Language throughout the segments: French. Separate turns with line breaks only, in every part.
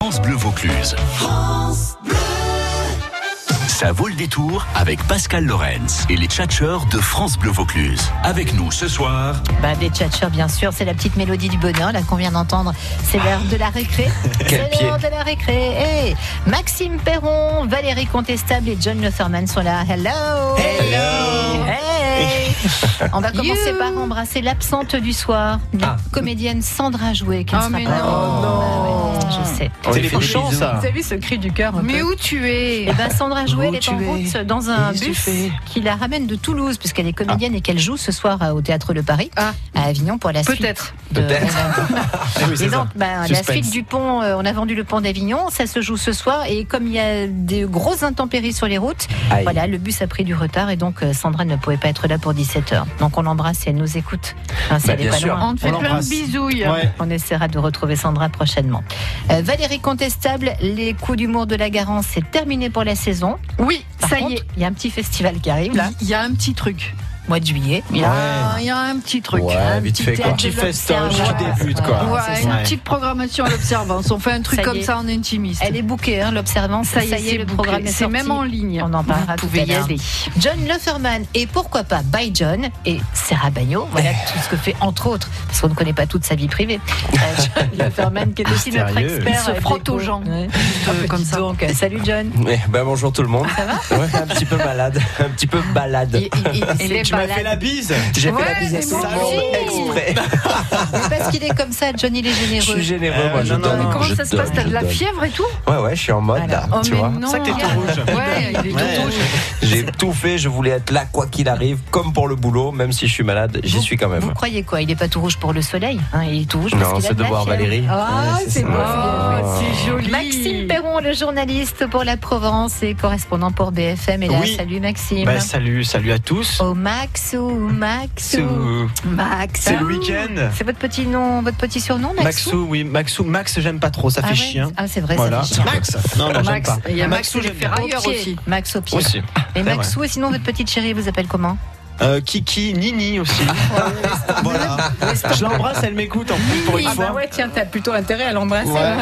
France Bleu Vaucluse. Ça vaut le détour avec Pascal Lorenz et les tchatcheurs de France Bleu Vaucluse. Avec nous ce soir,
Bah, des tchatcheurs, bien sûr, c'est la petite mélodie du bonheur là qu'on vient d'entendre. C'est l'heure de la récré.
Quel
c'est l'heure de la récré. Hey, Maxime Perron, Valérie Contestable et John Lotherman sont là. Hello. Hello. Hey. On va commencer par embrasser l'absente du soir,
Ah.
la comédienne Sandra Jouet. Qui ne
Oh,
sera
mais
pas là.
non.
Bah ouais, je sais.
C'est les bouchons, ça
Vous avez vu ce cri du cœur un
Mais
peu
où tu es
Eh ben, Sandra Jouet, elle est en
tu es
route dans un
Et tu
bus
fais Ah.
qui la ramène de Toulouse, puisqu'elle est comédienne et qu'elle joue ce soir euh, au Théâtre Le Paris,
Ah.
à Avignon, pour la suite.
Peut-être.
de-
Peut-être.
Ah
Et donc, ben, la
Suspense.
suite du pont, euh, on a vendu le pont d'Avignon, ça se joue ce soir, et comme il y a des grosses intempéries sur les routes,
Aïe.
voilà, le bus a pris du retard, et donc euh, Sandra ne pouvait pas être là pour 17h. Donc on l'embrasse et elle nous écoute. Hein, si
Bah,
elle est
bien
pas
sûr.
loin.
On te fait
On
plein
l'embrasse.
de bisouilles.
On essaiera de retrouver Sandra prochainement. Euh, Valérie Contestable, les coups d'humour de la Garance, c'est terminé pour la saison.
Oui,
Par
ça
contre,
y est.
Il y a un petit festival qui arrive, là,
Il y a un petit truc.
mois de juillet.
Il y a, il y a un petit truc.
Ouais, vite fait, quoi.
théâtre de
festoche
l'Observatoire.
qui débute,
Ouais,
quoi.
c'est
une
ça.
Ouais.
petite programmation à l'observance. On fait un truc
Ça y
comme
est.
ça en intimiste.
Elle est bouquée, hein, l'observance.
ça y est, c'est
le
bouclé.
programme est
C'est
sorti.
même en ligne.
On en parlera
Vous
tout
pouvez
à
y
l'heure.
aller.
John Lofferman et pourquoi pas By John et Sarah Bagnot. Voilà tout ce que fait entre autres, parce qu'on ne connaît pas toute sa vie privée. Euh, John Lofferman qui est aussi notre
Mystérieux.
expert.
Il se
euh,
frotte aux
déco.
gens.
Ouais.
Un peu comme
Dis
ça.
donc, euh, salut John.
Ouais, bah, bonjour tout le monde. Ça va ouais, Un petit peu malade. Un petit peu balade.
Il, il- il-
Il
c'est-
est
tu m'as
balade.
fait la-
bise J'ai
Ouais,
fait la bise à
mais
tout
moi
le monde
aussi.
exprès.
Mais parce qu'il est comme ça, John, il est
Je
généreux.
suis généreux, moi, je
Eh, non, non,
donne.
mais
Comment
je
ça se passe
donne,
T'as de
je
la
donne.
fièvre et tout Oh,
Ouais, ouais, je suis en mode
Voilà.
là, tu vois.
non.
ça que t'es tout rouge.
Ouais, il est tout
Ouais.
rouge.
J'ai tout fait, je voulais être là quoi qu'il arrive, comme pour le boulot, même si je suis malade, j'y
Vous-
suis quand même.
Vous croyez quoi Il est pas tout rouge pour le soleil, hein, il est tout rouge parce
Non,
qu'il a
c'est
de la
de voir
fièvre.
Valérie.
Ah,
Ouais, c'est
c'est
ça.
beau.
Ah.
Oh, c'est joli.
Maxime Perron, le journaliste pour la Provence et correspondant pour BFM, est là.
Oui.
Salut Maxime.
Bah, salut, salut à tous.
Oh Maxou, Maxou,
Maxou.
Maxou.
C'est le week-end.
hein C'est votre petit nom, votre petit surnom, Maxou.
Maxou, oui, Maxou, Max, j'aime pas trop, ça
ah
fait
ouais
chien.
Ah c'est vrai,
Voilà.
ça fait chien.
Max. Non, non, j'aime
Max,
pas.
il y a Max
Maxou,
les
j'aime bien.
ferrailleurs
Au pied.
aussi.
Max au pied.
Aussi.
Et
c'est
Maxou, et sinon votre petite chérie, vous appelle comment
Euh, Kiki, Nini aussi. voilà. Je l'embrasse, elle m'écoute en plus pour
Ah,
une
bah
fois.
Ah, bah ouais, tiens, t'as plutôt intérêt à l'embrasser.
Ouais.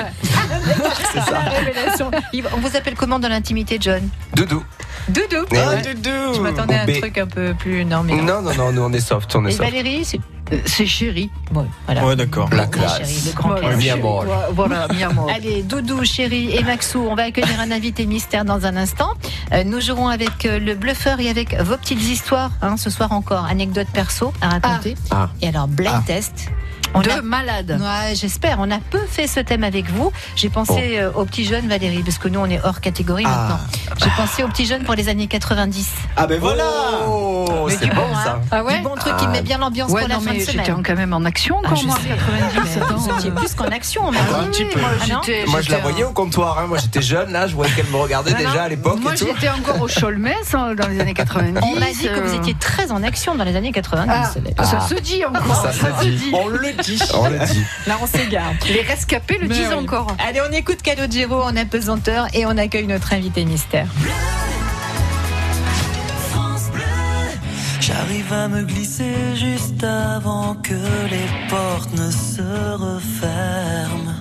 C'est ça. La révélation.
Il- On vous appelle comment dans l'intimité, John
Doudou.
Doudou.
Eh
Ah,
ouais.
doudou.
Je m'attendais à un
Bébé.
truc un peu plus. Non, mais.
Non, non, non, nous on est soft, on est
Et
soft.
Valérie, c'est
Euh, C'est chéri.
bon, voilà.
Ouais, d'accord.
La
Bon,
classe.
chérie, le grand
Ouais,
classe.
bien
chéri.
bon.
Ouais, Voilà, mi amore.
Allez, Doudou, chérie et Maxou, on va accueillir un invité mystère dans un instant. Euh, nous jouerons avec euh, le bluffeur et avec vos petites histoires, hein, ce soir encore, anecdotes perso à raconter.
Ah.
Et alors, blind
Ah.
test. On
Deux
a-
malades.
Ouais, J'espère, on a peu fait ce thème avec vous. J'ai pensé euh, aux petits jeunes, Valérie, parce que nous, on est hors catégorie
Ah.
maintenant. J'ai pensé aux petits jeunes pour les années 90.
Ah, ben voilà.
Oh,
Mais
c'est
du
bon
bon, hein.
ça.
Ah
Du
ouais
bon truc qui
Ah.
met bien l'ambiance
Ouais,
pour
non,
la fin de
mais j'étais en-
semaine.
quand même en action,
Ah,
quand
je
moi.
sais.
97
Ah,
ans.
vous étiez plus qu'en action, mais
Un petit peu.
Moi,
non
j'étais-
Ah, Moi je la
j'étais
voyais
en-
au comptoir, hein. moi j'étais jeune là, je voyais qu'elle me regardait
Non,
déjà
non.
à l'époque
Moi,
et tout.
j'étais encore au Cholmès hein, dans les années 90.
On m'a dit que vous
euh,
étiez très en action dans les années 90.
Ah, ça
Ah.
se dit encore.
Ça
Ça,
se
se
dit.
dit.
On le dit.
On le dit.
Là, on s'égare.
Les rescapés le
Mais
disent
oui.
encore.
Allez, on écoute Calogero en apesanteur et on accueille notre invité mystère.
J'arrive à me glisser juste avant que les portes ne se referment.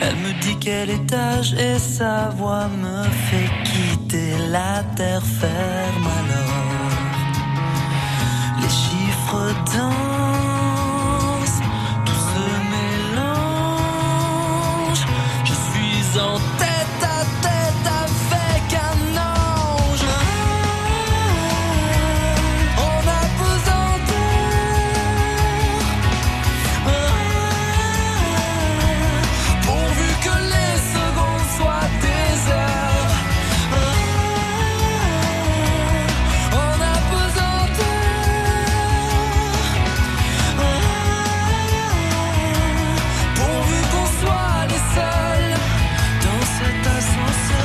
Elle me dit quel étage et sa voix me fait quitter la terre ferme alors. Les chiffres dansent, tout se mélange. Je suis en tête à tête avec un ange. En apesanteur. Pourvu que les secondes soient des heures. En apesanteur. Pourvu qu'on soit les seuls dans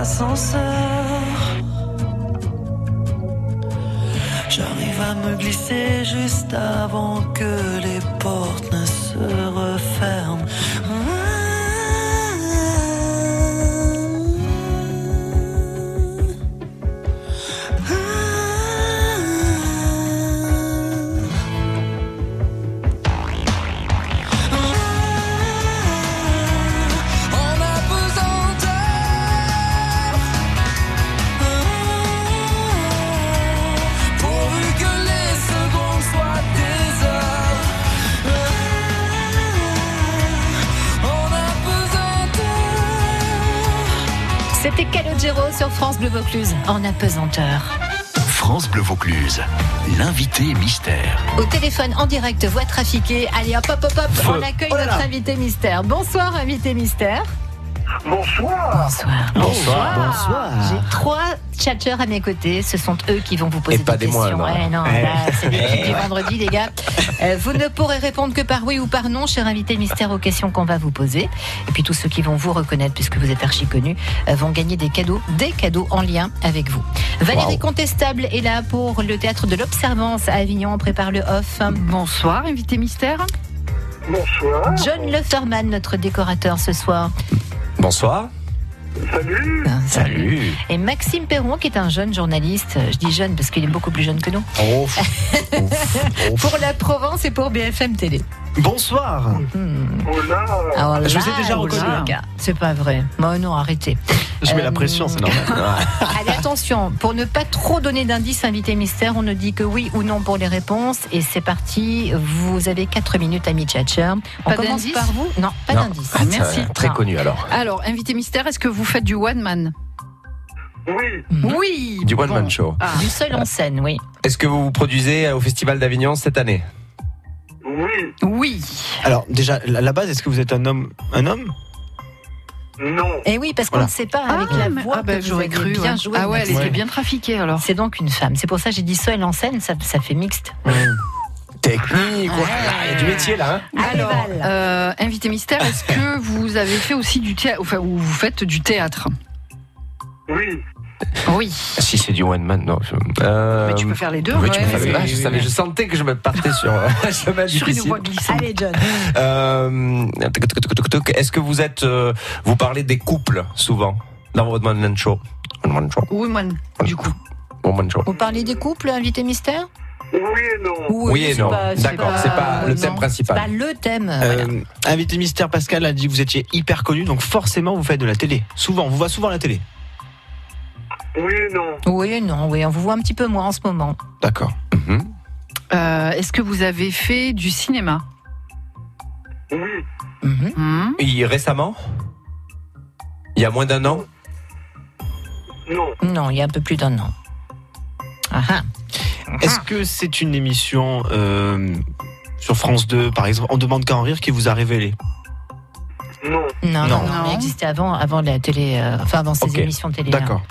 l'ascenseur. J'arrive à me glisser juste avant que les portes ne se referment. En apesanteur Pourvu que les secondes soient des heures En apesanteur
C'était Calogero sur France Bleu Vaucluse en apesanteur.
France Bleu Vaucluse, l'invité mystère.
Au téléphone en direct, voix trafiquée. Allez hop hop hop hop,
Feu.
on accueille notre invité mystère. Bonsoir invité mystère.
Bonsoir.
Bonsoir.
Bonsoir.
J'ai trois chatcheurs à mes côtés. Ce sont eux qui vont vous poser
Et pas des
questions.
moindres, Eh.
Ouais, non,
hein.
là, c'est l'équipe du vendredi, les gars. Euh, vous ne pourrez répondre que par oui ou par non, cher invité mystère, aux questions qu'on va vous poser. Et puis tous ceux qui vont vous reconnaître, puisque vous êtes archi connus, euh, vont gagner des cadeaux, des cadeaux en lien avec vous. Valérie Contestable est là pour le théâtre de l'Observance à Avignon. On prépare le off.
Bonsoir, invité mystère.
Bonsoir.
John Lefferman, notre décorateur ce soir.
Bonsoir.
Salut.
Salut.
Et Maxime Perron, qui est un jeune journaliste. euh, Je dis jeune parce qu'il est beaucoup plus jeune que nous.
Oh, ouf, ouf.
Pour la Provence et pour BFM Télé.
Bonsoir.
Hmm.
Hola.
Alors
Je vous ai
là,
déjà reconnu,
voilà. C'est pas vrai. Bon, non, arrêtez.
Je mets
Euh,
la pression, c'est normal.
Allez, attention. Pour ne pas trop donner d'indices, invité mystère, on ne dit que oui ou non pour les réponses. Et c'est parti. Vous avez 4 minutes, ami Tchatcher. On
Pas
commence
d'indice
par vous Non, pas
Non.
d'indice.
Ah,
Merci.
tiens, Très
Non.
connu alors.
Alors, invité mystère, est-ce que vous faites du one man
Oui.
Oui.
Du One
Bon.
Man Show.
Ah,
Du seul en scène, oui.
Est-ce que vous vous produisez euh, au Festival d'Avignon cette année
Oui.
oui.
Alors, déjà, la la base, est-ce que vous êtes un homme Un homme
Non.
Et Eh oui, parce qu'on
Voilà.
ne sait pas avec la
mais-
voix
ah, bah,
que vous
j'aurais
avez
cru.
bien
ouais.
joué.
ah ouais, elle
Maxime.
était bien trafiquée alors.
C'est donc une femme. C'est pour ça que j'ai dit seul en scène, ça, ça fait mixte.
Technique. ouais. Ah, Il y a du métier là. hein
Alors,
Val.
euh, invité mystère, est-ce que vous avez fait aussi du théâtre, enfin, ou vous faites du théâtre
Oui.
Oui.
si c'est du One Man, non. je- Euh,
Mais tu peux faire les deux.
oui, tu peux
ouais.
faire les-
oui,
ah, je
oui,
savais,
oui.
je sentais que je me partais sur un chemin
Sur une
difficile.
voie glissante.
Allez, John.
Euh, toc, toc, toc, toc, toc. Est-ce que vous êtes, euh, vous parlez des couples souvent dans votre One Man Show One Man Show,
Woman, du coup.
One Man Show.
Vous parlez des couples, invité mystère
Oui et non.
Oui et
c'est
non.
pas- c'est
D'accord,
pas-
c'est pas le
non,
thème
C'est pas
principal.
le thème. Ah, voilà.
Euh, Invité mystère, Pascal a dit que vous étiez hyper connu, donc forcément vous faites de la télé. Souvent, on vous voit souvent à la télé.
Oui et non.
Oui et non, oui, on vous voit un petit peu moins en ce moment.
D'accord.
Mhm.
Euh, est-ce que vous avez fait du cinéma
Oui.
Mhm.
Hmm
Et récemment Il y a moins d'un an
Non.
Non, il y a un peu plus d'un an. Ah ah.
Mhm.
Est-ce que c'est une émission euh, sur France 2, par exemple, On demande qu'à en rire, qui vous a révélé
Non.
Non, non,
Non.
non,
Non.
il existait avant, avant la télé, euh, enfin avant ces
Ok,
émissions télé. hein.
D'accord.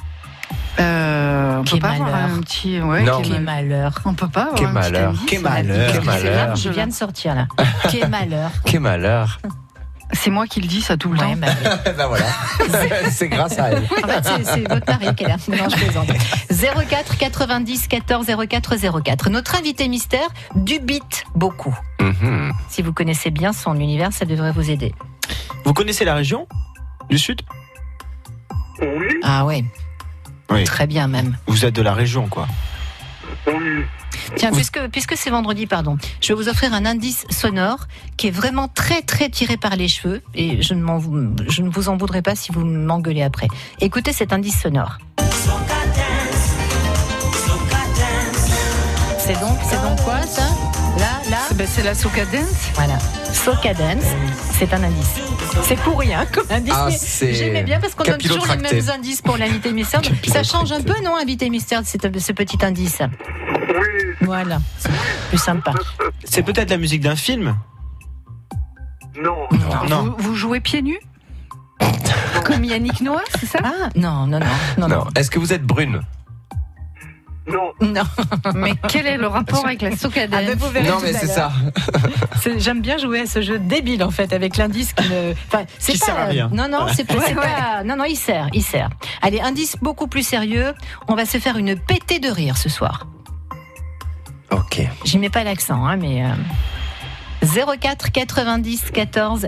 Euh, on
Quel
peut pas avoir
malheur.
un petit. Ouais,
Non.
quel
Quel
mal-
malheur.
On peut pas avoir
Quel
un petit
malheur.
indice
Quel
on a dit
malheur.
que
Quel
c'est
malheur.
large,
Je
là.
viens de sortir là. Quel malheur.
Quel malheur
C'est moi qui le dis, ça tout le
Ouais,
temps.
bah oui.
Ben voilà, c'est grâce à elle.
En fait, c'est- c'est votre mari qui est là. Non, je plaisante. 04 90 14 04 04. Notre invité mystère dubite beaucoup.
Mhm.
Si vous connaissez bien son univers, ça devrait vous aider.
Vous connaissez la région du Sud
Oui.
Ah ouais.
Oui.
Très bien même.
Vous êtes de la région, quoi.
Oui.
Tiens, puisque, puisque c'est vendredi, pardon, je vais vous offrir un indice sonore qui est vraiment très très tiré par les cheveux et je ne, m'en- je ne vous en voudrais pas si vous m'engueulez après. Écoutez cet indice sonore. C'est donc, c'est donc quoi ça Là, là
Ben, c'est la soca dance.
Voilà. Soca Dance, c'est un indice. C'est pourri, hein, comme indice.
Ah,
mais
c'est
J'aimais bien parce qu'on donne toujours les
capillotracté.
mêmes indices pour l'invité mystère. Ça change un peu, non, invité mystère, c'est- ce petit indice
Oui.
Voilà. C'est plus sympa.
C'est peut-être la musique d'un film
Non.
Non.
Vous, vous jouez pieds nus Comme Yannick Noah, c'est ça
Ah, non, non, non. non, non.
Non. Est-ce que vous êtes brune
non,
Non.
Mais quel est le rapport avec la socadelle
mais Ah, ben, vous verrez
Non,
tout
mais
à
c'est
l'heure.
ça.
C'est- J'aime bien jouer à ce jeu débile en fait avec l'indice qui ne. Enfin, c'est
Qui
pas.
sert à rien.
Non, non, c'est pas,
Ouais,
c'est
ouais.
pas- Non, non, il sert, il sert. Allez, indice beaucoup plus sérieux. On va se faire une pétée de rire ce soir.
Ok.
J'y mets pas l'accent, hein, mais. euh, 04 90 14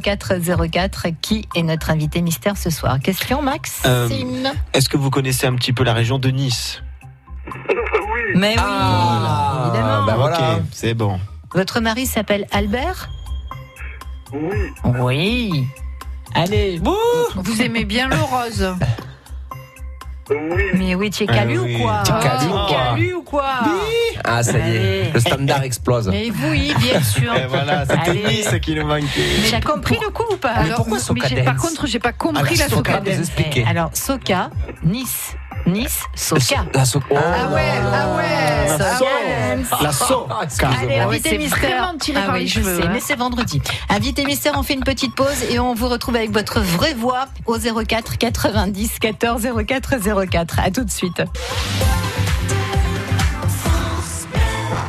04 04. Qui est notre invité mystère ce soir Question, Max
Euh, Est-ce que vous connaissez un petit peu la région de Nice
oui,
Mais oui. Ah,
évidemment.
bah voilà.
Ok, c'est bon.
Votre mari s'appelle Albert
oui,
Oui.
Allez.
Vous aimez bien le rose
oui,
Mais oui, tu es calu
Euh,
oui.
ou quoi
T'es calu
Oh,
ou quoi
Calu ou quoi
Ah, ça y est.
Allez.
Le standard explose.
Mais oui, bien sûr. Allez.
qui le manquait.
Tu as
Compris le coup ou pas
Alors,
pourquoi
mais
socadelle
j'ai- Par contre, j'ai pas compris la
Socadelle,
socadelle.
vous expliquez.
Alors, Soka, Nice. Nice, Soka.
La so- oh,
Ah ouais, ah ouais,
La
ça
so-
avance.
La so-
Allez,
Excusez-moi.
Ah, oui,
invité
c'est
Ah mystère.
vraiment tiré par les
je
cheveux,
sais,
hein.
mais c'est vendredi. Invité mystère, on fait une petite pause et on vous retrouve avec votre vraie voix au 04 90 14 04 04. À tout de suite.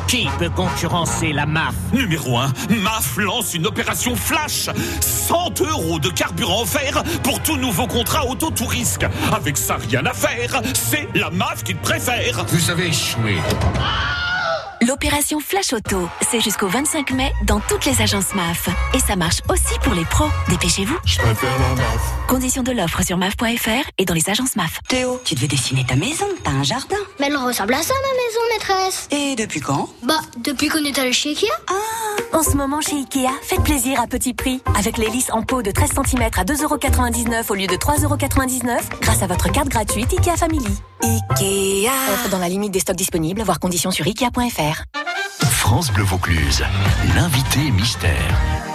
Qui peut concurrencer la MAF
Numéro 1, MAF lance une opération flash 100 euros de carburant offert pour tout nouveau contrat auto tout risque. Avec ça, rien à faire, c'est la MAF qui te préfère.
Vous avez échoué.
L'opération Flash Auto, c'est jusqu'au 25 mai dans toutes les agences MAF. Et ça marche aussi pour les pros. Dépêchez-vous. Je Conditions de l'offre sur MAF.fr et dans les agences MAF.
Théo, tu devais dessiner ta maison, t'as un jardin.
Mais elle ressemble à ça, ma maison, maîtresse.
Et depuis quand
Bah, depuis qu'on est allé chez Ikea. Ah. En ce moment, chez Ikea, faites plaisir à petit prix. Avec les lisses en pot de 13 cm à 2,99€ au lieu de 3,99€ grâce à votre carte gratuite Ikea Family. Ikea. Offre dans la limite des stocks disponibles, voir conditions sur Ikea.fr.
France Bleu Vaucluse, l'invité mystère.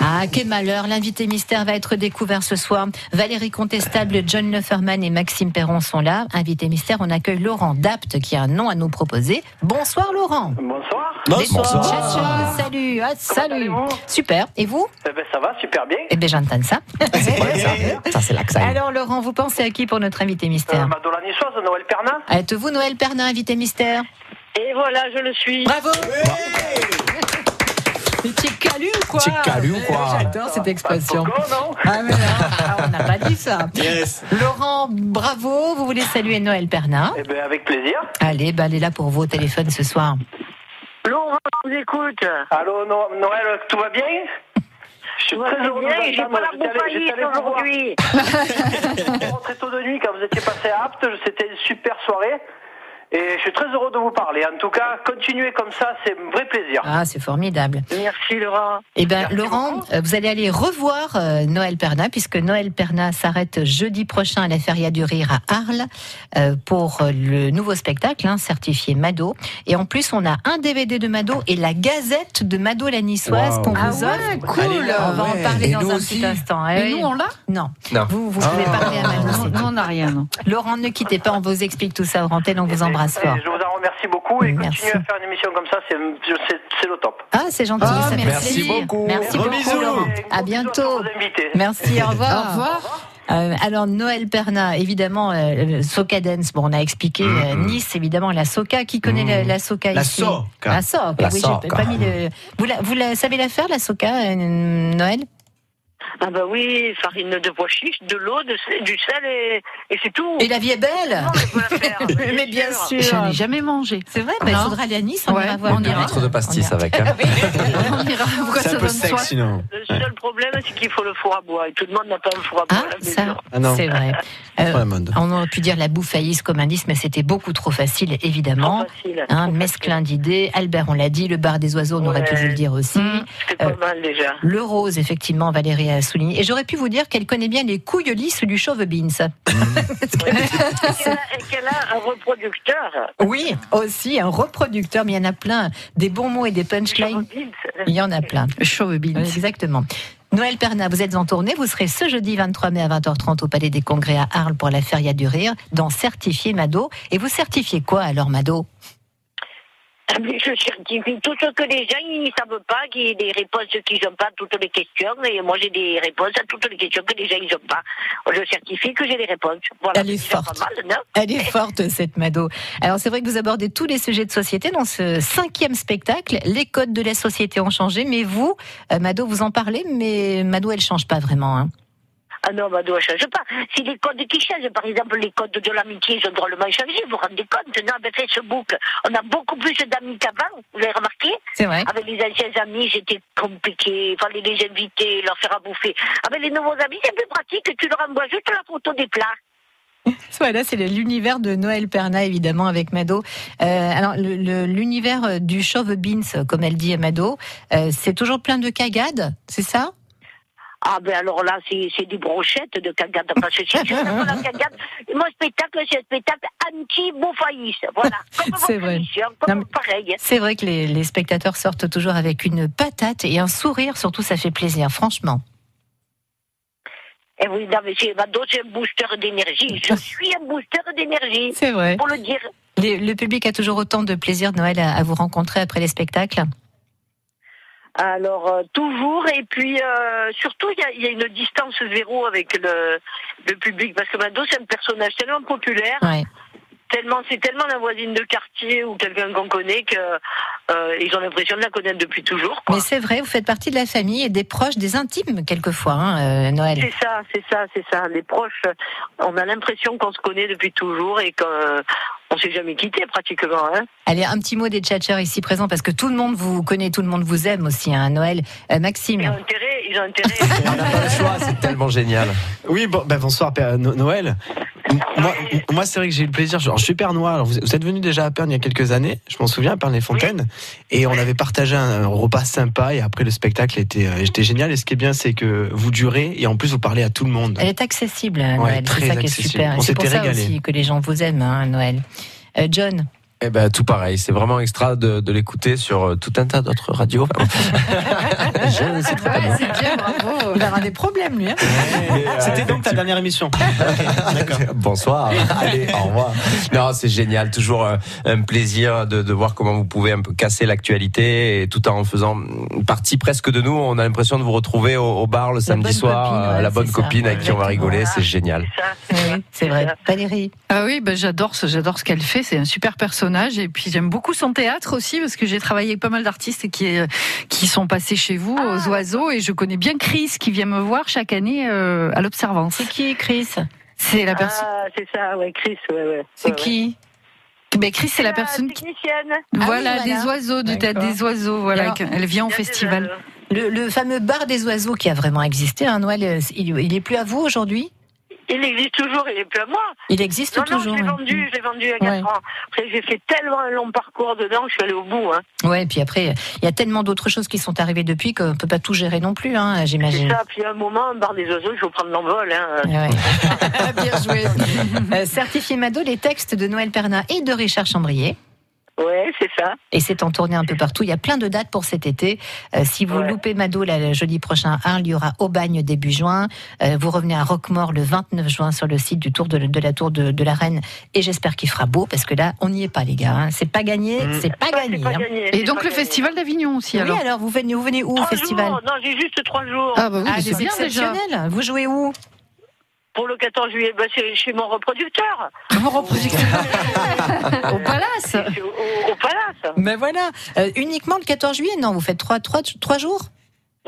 Ah, quel malheur, l'invité mystère va être découvert ce soir. Valérie Contestable, John Neferman et Maxime Perron sont là. Invité mystère, on accueille Laurent Dapt qui a un nom à nous proposer. Bonsoir Laurent.
bonsoir.
Ciao,
Bonsoir.
ciao, salut, ah, salut.
allez-vous
Super, et vous
Eh ben, ça va, super bien.
Eh bien j'entends ça.
Ça, c'est l'accent.
Alors Laurent, vous pensez à qui pour notre invité
Euh,
mystère
Madola Niçoise, Noël Pernat.
Êtes-vous Noël Pernin, invité mystère
Et voilà, je le suis.
Bravo Mais t'es calu ou quoi
T'es calu ou quoi
J'adore cette expression.
Pourquoi, Oh, non
Ah, mais non, ah, on n'a pas dit ça. Laurent, bravo. Vous voulez saluer Noël Pernin
Eh ben, avec plaisir.
Allez, bah, elle est là pour vous au téléphone ce soir.
Laurent, je vous écoute.
Allô, No- Noël, tout va bien Je suis
Moi,
très
je
heureux de
viens,
vous
j'ai
entendre.
pas la
J'étais allé- j'étais allé
bouffayette
vous voir
aujourd'hui.
très tôt de nuit quand vous étiez passé à Apt. C'était une super soirée. Et je suis très heureux de vous parler. En tout cas, continuez comme ça, c'est un vrai plaisir.
Ah, c'est formidable.
Merci, Laurent.
Eh ben, Laurent, euh, vous allez aller revoir euh, Noël Perna, puisque Noël Perna s'arrête jeudi prochain à la Feria du Rire à Arles euh, pour euh, le nouveau spectacle, hein, certifié Mado. Et en plus, on a un DVD de Mado et la Gazette de Mado la Niçoise
Wow.
qu'on
Ah
vous
ouais,
offre.
cool. Allez,
On va en
ouais.
parler
Et
dans
nous
un
aussi.
petit instant.
Et
Eh
nous, on l'a Ah,
Non.
Non.
Vous, vous pouvez parler à Mado.
Non, non, on n'a rien. non.
Laurent, ne quittez pas, on vous explique tout ça. Rantel, on vous embrasse
Et
fort.
Je vous en remercie beaucoup et
Merci.
continuez à faire une émission comme ça, c'est- c'est c'est le top.
Ah, c'est gentil.
Ah,
ça fait
merci
plaisir.
beaucoup.
Merci
Gros
beaucoup,
bisous.
Laurent.
Et
À
gros bisous
bientôt.
tous vos invités.
Merci, au revoir.
Au revoir.
Euh, alors Noël Perna, évidemment, euh, Soca Dance, bon, on a expliqué euh, Nice, évidemment, la Soca, qui connaît la, la Soca
La
ici
Soca.
La Soca,
La
oui, j'ai
Soca.
pas mis le... Vous, la, vous la- savez la faire, la Soca, euh, Noël
Ah bah oui, farine de pois chiche, de l'eau, de sel- du sel et, et c'est tout.
Et la vie est belle
Non, je peux la faire,
Mais bien sûr
J'en ai jamais mangé.
C'est vrai, bah, il
Non.
faudra aller à Nice, on
Ouais,
ira voir.
on
Un
ira.
litre de pastis
On
avec. hein.
On dira pourquoi
C'est
ça
un peu
donne soif.
sec sinon.
Le seul problème, c'est qu'il faut le four à bois. Et tout le monde n'a pas un four à bois
Ah,
à la maison.
ça,
Ah non.
c'est vrai. Euh,
Pas la mode.
on aurait pu dire la bouffaïs comme indice, mais c'était beaucoup trop facile, évidemment.
Trop facile.
Un
Trop
mesclin d'idées. Albert, on l'a dit, le bar des oiseaux, on aurait pu
Ouais.
vous le dire aussi.
facile. C'est pas
Euh,
mal déjà.
Le rose, effectivement, Valérie a souligné. Et j'aurais pu vous dire qu'elle connaît bien les couilles lisses du chauve beans.
Et qu'elle a- et qu'elle a un reproducteur.
Oui, aussi un reproducteur, mais il y en a plein. Des bons mots et des punchlines, il y en a plein.
Chauve
Oui, Exactement. Noël Perna, vous êtes en tournée. Vous serez ce jeudi 23 mai à 20h30 au Palais des Congrès à Arles pour la Feria du Rire, dans Certifié Mado. Et vous certifiez quoi alors, Mado
Ah, Mais je certifie tout ce que les gens ils ne savent pas, qui des réponses qu'ils n'ont pas à toutes les questions. Et moi, j'ai des réponses à toutes les questions que les gens ils n'ont pas. Je certifie que j'ai des réponses. Voilà,
Elle est
C'est déjà
forte.
pas mal, non
Elle est forte, cette Mado. Alors, c'est vrai que vous abordez tous les sujets de société dans ce cinquième spectacle. Les codes de la société ont changé, mais vous, euh, Mado, vous en parlez, mais Mado, elle change pas vraiment. hein.
Ah non, bah, ne change pas. C'est les codes qui changent. Par exemple, les codes de l'amitié, ils ont drôlement changé. Vous vous rendez compte Non, avec Facebook, on a beaucoup plus d'amis qu'avant. Vous l'avez remarqué
C'est vrai.
Avec les anciens amis, c'était compliqué. Il fallait les inviter, leur faire à bouffer. Avec les nouveaux amis, c'est plus pratique. Tu leur envoies juste la photo des plats.
Voilà, c'est l'univers de Noël Perna, évidemment, avec Mado. Euh, alors, le- le- l'univers euh, du chauve beans, comme elle dit Mado, euh, c'est toujours plein de cagades, c'est ça
Ah ben alors là, c'est c'est des brochettes de cagade. Parce que si je fais pas la cagade, mon spectacle, c'est un spectacle anti-bouffaïs. Voilà. Comme
C'est
vos
vrai.
émissions, comme pareil.
C'est vrai que les, les spectateurs sortent toujours avec une patate et un sourire, surtout, ça fait plaisir, franchement.
Et Eh oui, non, mais c'est Mado, c'est un booster d'énergie. Je suis un booster d'énergie.
C'est vrai.
Pour le dire.
Les- le public a toujours autant de plaisir, Noël, à, à vous rencontrer après les spectacles
Alors euh, toujours et puis euh, surtout il y a, il y a une distance zéro avec le, le public parce que Mado c'est un personnage tellement populaire, tellement c'est tellement la voisine de quartier ou quelqu'un qu'on connaît que euh, ils ont l'impression de la connaître depuis toujours.
Mais c'est vrai, vous faites partie de la famille et des proches, des intimes, quelquefois, hein, euh, Noël.
C'est ça, c'est ça, c'est ça. Les proches, on a l'impression qu'on se connaît depuis toujours et qu'on on s'est jamais quitté pratiquement. Hein.
Allez, un petit mot des tchatchers ici présents, parce que tout le monde vous connaît, tout le monde vous aime aussi, hein, Noël. Euh, Maxime
Intérêt, ils ont intérêt.
C'est tellement génial.
Oui, bon, bah, bonsoir Père No- Noël. M- Moi, m- moi c'est vrai que j'ai eu le plaisir. genre, je suis pernois. Alors, vous, vous êtes venu déjà à Perne il y a quelques années, je m'en souviens, à Perne-les-Fontaines. Et on avait partagé un, un repas sympa. Et après, le spectacle était, euh, était génial. Et ce qui est bien, c'est que vous durez et en plus, vous parlez à tout le monde.
Elle est accessible,
Ouais,
Noël.
très
c'est ça qui est
accessible.
super.
On
Et C'est pour
s'était
ça
régalé.
aussi que les gens vous aiment, hein, Noël. Euh, John
Eh ben tout pareil, c'est vraiment extra de, de l'écouter sur euh, tout un tas d'autres radios. Je- c'est très bien.
Il va avoir des problèmes, lui. hein.
C'était donc ta dernière émission.
Bonsoir. Allez, au revoir. Non, c'est génial. Toujours euh, un plaisir de, de voir comment vous pouvez un peu casser l'actualité et tout en faisant mm, partie presque de nous. On a l'impression de vous retrouver au, au bar le samedi soir, euh, la bonne copine avec qui on va rigoler. C'est génial.
Oui, c'est vrai. Valérie.
Ah oui, ben j'adore ce, j'adore ce qu'elle fait. C'est un super personnage. Et puis j'aime beaucoup son théâtre aussi parce que j'ai travaillé avec pas mal d'artistes qui euh, qui sont passés chez vous
Ah.
aux oiseaux et je connais bien Chris qui vient me voir chaque année euh, à l'observance. C'est
qui Chris
C'est la personne.
Ah c'est ça, ouais Chris, ouais ouais. Ah,
C'est qui Ben Chris, c'est la personne. qui-
Technicienne.
Voilà, des oiseaux du théâtre des oiseaux. Voilà,
Alors,
qu'elle- elle vient au festival.
Le, le fameux bar des oiseaux qui a vraiment existé, hein, Noël, euh, il, il est plus à vous aujourd'hui
Il existe toujours, il est plus à moi.
Il existe
non,
toujours,
Non, je l'ai
ouais.
vendu, je l'ai vendu à 4 ans. Après, j'ai fait tellement un long parcours dedans que je suis allée au bout. Hein.
Ah,
Ouais, et puis après, il y a tellement d'autres choses qui sont arrivées depuis qu'on peut pas tout gérer non plus, hein,
C'est
j'imagine.
ça, puis à un moment, barre des oiseaux, il faut prendre l'envol.
Ah,
Hein.
Bien joué. Euh, certifié Mado, les textes de Noël Perna et de Richard Chambrier.
Ouais, c'est ça.
Et c'est en tournée un peu partout. Il y a plein de dates pour cet été. Euh, si vous loupez Mado là, le jeudi prochain à Arles, il y aura Aubagne début juin. Euh, vous revenez à Roquemort le 29 juin sur le site du tour de, de la Tour de, de la Reine. Et j'espère qu'il fera beau parce que là, on n'y est pas, les gars. hein. C'est pas gagné, c'est pas gagné. hein.
Mm. Et donc le festival d'Avignon aussi.
Oui,
alors.
alors, vous venez, vous venez où au festival
Non, j'ai juste trois jours.
Ah bah oui, mais
c'est
c'est bien déjà.
exceptionnel. Vous jouez où
Pour le 14 juillet, bah, c'est chez mon reproducteur.
Mon reproducteur Au Palace
au, au Palace
Mais voilà, Euh, uniquement le 14 juillet, non, vous faites trois, trois, trois jours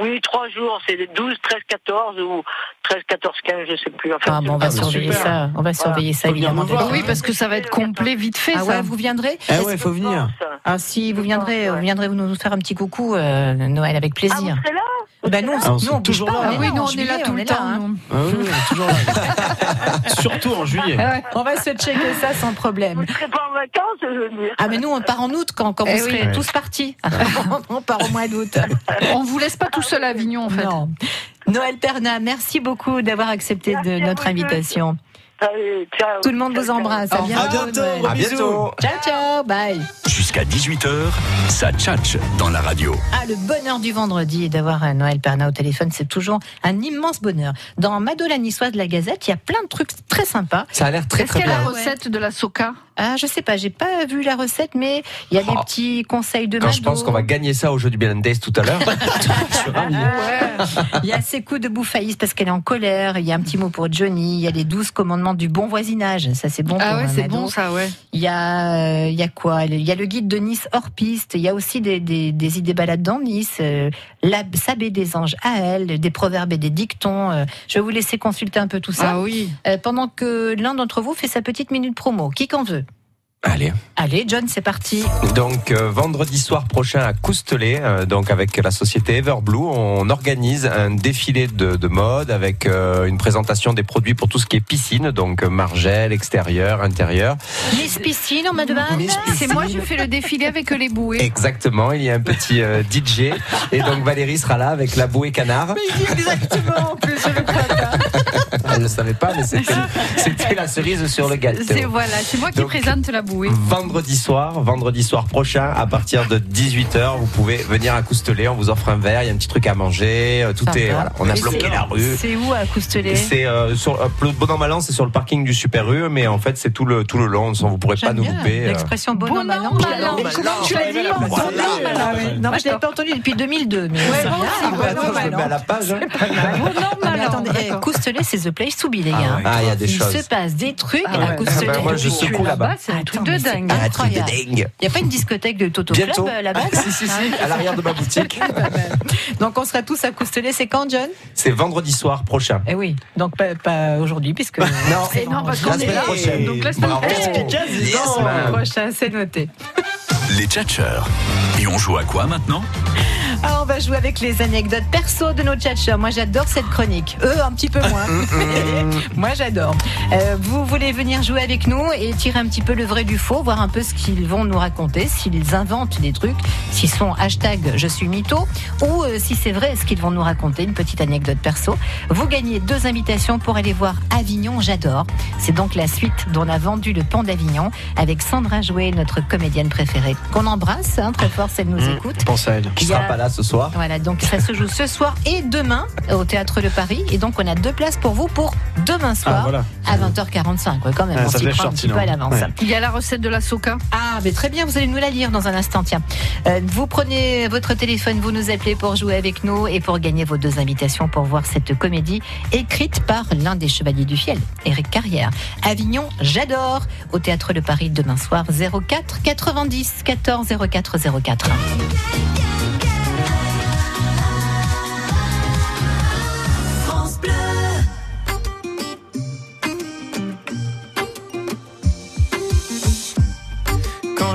Oui, trois jours, c'est les 12, 13, 14 ou 13, 14, 15, je sais plus. Enfin,
Ah, bon, on va
c'est-
surveiller
super. Ah,
ça, on va surveiller ça évidemment.
Oui, parce que ça va être complet vite fait.
Ah
ça.
ouais, vous viendrez
Eh ouais, faut venir.
Ah si, vous viendrez, vous viendrez vous nous faire un petit coucou, euh, Noël, avec plaisir.
Ah,
vous serez là Bah nous,
Ah, on
on,
sera
nous, on bouge
toujours
pas,
là.
on est
Ah oui, nous,
en
on est
juillet,
là tout le temps,
hein.
Ah oui, on est toujours là. Surtout en juillet.
Ah Ouais, On va se checker ça sans problème.
Vous serez pas en vacances, je veux dire.
Ah mais nous, on part en août quand, quand
Eh
vous
oui.
serez
Ouais.
tous partis. on part au mois d'août.
On vous laisse pas tout seul à Avignon, en fait.
Non. Noël Perna, merci beaucoup d'avoir accepté de notre invitation.
Allez, ciao.
Tout le monde vous embrasse. À
Au revoir.
bientôt.
À bientôt,
Noël.
gros
Ciao, ciao. Bye.
Jusqu'à jusqu'à 18h, ça tchatche dans la radio.
Ah, le bonheur du vendredi et d'avoir euh, Noël Perna au téléphone, c'est toujours un immense bonheur. Dans Madola Niçoise de la Gazette, il y a plein de trucs très sympas.
Ça a l'air très,
Est-ce
très
qu'il y a
bien.
recette de la soca Ah, je sais pas, j'ai pas vu la recette, mais il y a des petits conseils de
Oh. Quand je
Mado.
pense qu'on va gagner ça au jeu du Belendaise tout à l'heure.
Il y a ces coups de bouffaïs parce qu'elle est en colère. Il y a un petit mot pour Johnny. Il y a les 12 commandements du bon voisinage. Ça, c'est bon.
Ah
pour
ouais,
un
c'est
ado.
bon, ça, ouais.
Il y a, euh, il y a quoi Il y a le guide de Nice hors piste. Il y a aussi des, des, des idées balades dans Nice. euh, la, sa baie des anges à elle, des proverbes et des dictons. euh, je vais vous laisser consulter un peu tout ça.
Ah oui.
Euh, pendant que l'un d'entre vous fait sa petite minute promo. Qui qu'en veut
Allez.
Allez, John, c'est parti.
Donc euh, vendredi soir prochain à Coustelet, euh, donc avec la société Everblue, on organise un défilé de, de mode avec euh, une présentation des produits pour tout ce qui est piscine, donc euh, margelle, extérieur, intérieur.
Miss Piscine, on m'a demandé.
C'est moi, je fais le défilé avec les bouées.
Exactement, il y a un petit euh, DJ et donc Valérie sera là avec la bouée canard.
Exactement, en plus, je le crois.
Elle ne savait pas, mais c'était c'était la cerise sur le gâteau.
C'est voilà, c'est moi qui
Donc,
présente la bouée.
Vendredi soir, vendredi soir prochain, à partir de 18h, vous pouvez venir à Coustelet. On vous offre un verre, il y a un petit truc à manger. euh, Tout
Ça
est,
va.
voilà, on a
Et
bloqué
c'est-
la rue.
C'est où à Coustelet
C'est euh, sur euh, Bonan-Malan, c'est sur le parking du Super U, mais en fait c'est tout le tout le long, on vous pourrez pas nous louper. euh.
L'expression bon an, mal an.
malin.
Mais comment
Malin,
tu l'as dit
malin,
en
malin.
anglais
Voilà.
Ah bah,
Non, mais je l'avais pas entendu depuis 2002. Mais
Ouais,
c'est
bon,
bien.
si, bon,
Ah,
bon,
bah,
Je le mets à la page. hein.
Ah, mais attendez, eh, Coustelet, c'est The Place to Be, les gars.
Ah, il y a des
Il
choses.
se passe des trucs
Ah
à
ouais.
Coustelet.
Ah bah, moi, je secoue
Tu es
là-bas.
c'est un truc
Attends,
de
mais c'est
dingue.
Ah, truc de
incroyable.
dingue.
Il n'y a pas une discothèque de Toto
Bientôt. Ah,
Club euh, là-bas
si, si, si, à l'arrière de ma boutique.
Donc on sera tous à Coustelet, c'est quand John
C'est vendredi soir prochain.
Eh oui, donc pas, pas aujourd'hui puisque...
Non,
C'est
non, parce
la
qu'on est
semaine
là.
prochaine.
Donc la semaine
Bravo.
prochaine.
Yes, man.
prochain, c'est noté.
Les tchatcheurs. Et on joue à quoi maintenant
Ah, on va jouer avec les anecdotes perso de nos tchatcheurs. Moi, j'adore cette chronique. Eux, un petit peu moins. Moi, j'adore. Euh, vous voulez venir jouer avec nous et tirer un petit peu le vrai du faux, voir un peu ce qu'ils vont nous raconter, s'ils inventent des trucs, s'ils sont hashtag je suis mytho, ou euh, si c'est vrai ce qu'ils vont nous raconter, une petite anecdote perso. Vous gagnez deux invitations pour aller voir Avignon, j'adore. C'est donc la suite dont on a vendu le pan d'Avignon avec Sandra Jouet, notre comédienne préférée, qu'on embrasse hein, très fort si elle nous
Mm.
écoute.
Hmm, Pense à elle.
Qui
Il y a-
sera pas là ce soir.
Voilà, donc ça se joue ce soir et demain au Théâtre de Paris. Et donc, on a deux places pour vous pour demain soir
Ah, voilà.
à 20h45. Ouais, quand même,
Ah,
on
ça
s'y
faisait
prend un
short,
petit peu à
sinon.
l'avance.
Ouais.
Il y a la recette de la soca.
Ah, mais très bien, vous allez nous la lire dans un instant. Tiens, Euh, vous prenez votre téléphone, vous nous appelez pour jouer avec nous et pour gagner vos deux invitations pour voir cette comédie écrite par l'un des chevaliers du fiel, Éric Carrière. Avignon, j'adore, au Théâtre de Paris demain soir, 04 90 14 04 04.
Quand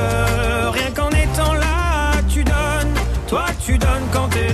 Rien qu'en étant là, tu donnes. Toi, tu donnes quand t'es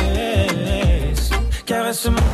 caresse mon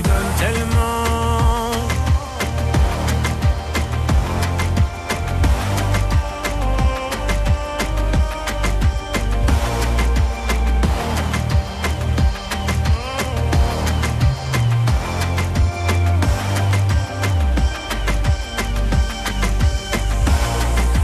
donnes tellement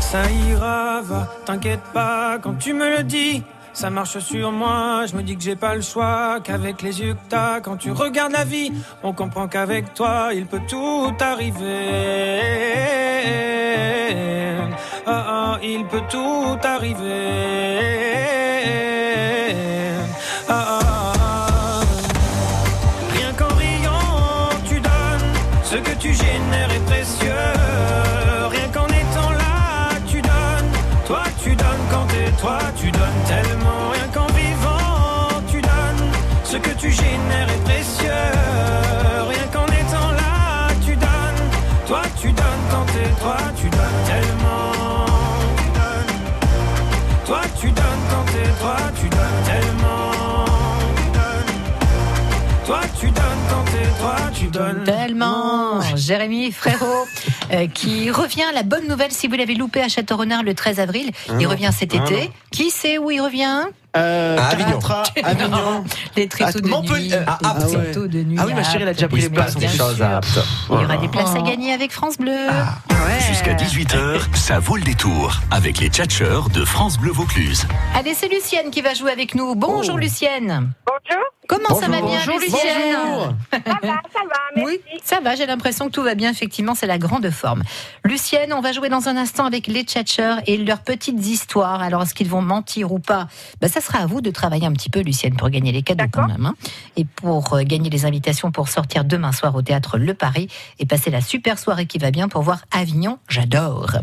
ça ira, va, t'inquiète pas, quand tu me le dis, ça marche sur moi, je me dis que j'ai pas le choix, qu'avec les yeux que t'as, quand tu regardes la vie, on comprend qu'avec toi, il peut tout arriver. Ah, ah, il peut tout arriver. Ah, ah, ah. Rien qu'en riant, tu donnes ce que tu génères est précieux. Rien qu'en étant là, tu donnes. Toi, tu donnes quand t'es toi, tu donnes tellement. Rien qu'en vivant, tu donnes ce que tu génères est précieux. Rien qu'en étant là, tu donnes. Toi, tu donnes quand t'es toi, tu donnes tellement. Tu donnes. Toi, tu donnes quand t'es toi, tu donnes tellement. Tu donnes. Toi, tu donnes quand t'es toi, tu donnes.
Mmh. Tellement Jérémy Frérot euh, qui revient. La bonne nouvelle, si vous l'avez loupé à Château-Renard le 13 avril,
Ah
il
non.
revient cet
Ah
été.
non.
Qui sait où il revient
Euh,
À
Avignon.
Taratra, Avignon. Les tréteaux de
Montpellier.
nuit.
Euh, ah, ah,
Les
ouais.
tréteaux de nuit.
Ah oui, ma chérie, elle a déjà pris
Bien
les places.
sûr. Il y aura des places à
Oh. Ah.
gagner avec France Bleu.
Jusqu'à 18h, ça vaut le détour avec les tchatcheurs de France Bleu Vaucluse.
Allez, c'est Lucienne qui va jouer avec nous.
Oh.
Bonjour Lucienne. Bonjour. Comment ça va
Bonjour.
bien
Bonjour,
Lucienne
Bonjour.
Ça va, ça va, Ah, merci. Oui, ça va, j'ai l'impression que tout va bien, effectivement, c'est la grande forme. Lucienne, on va jouer dans un instant avec les tchatcheurs et leurs petites histoires. Alors, est-ce qu'ils vont mentir ou pas Bah, Ça sera à vous de travailler un petit peu, Lucienne, pour gagner les cadeaux quand même. hein. et pour euh, gagner les invitations pour sortir demain soir au théâtre Le Paris et passer la super soirée qui va bien pour voir Avignon, j'adore.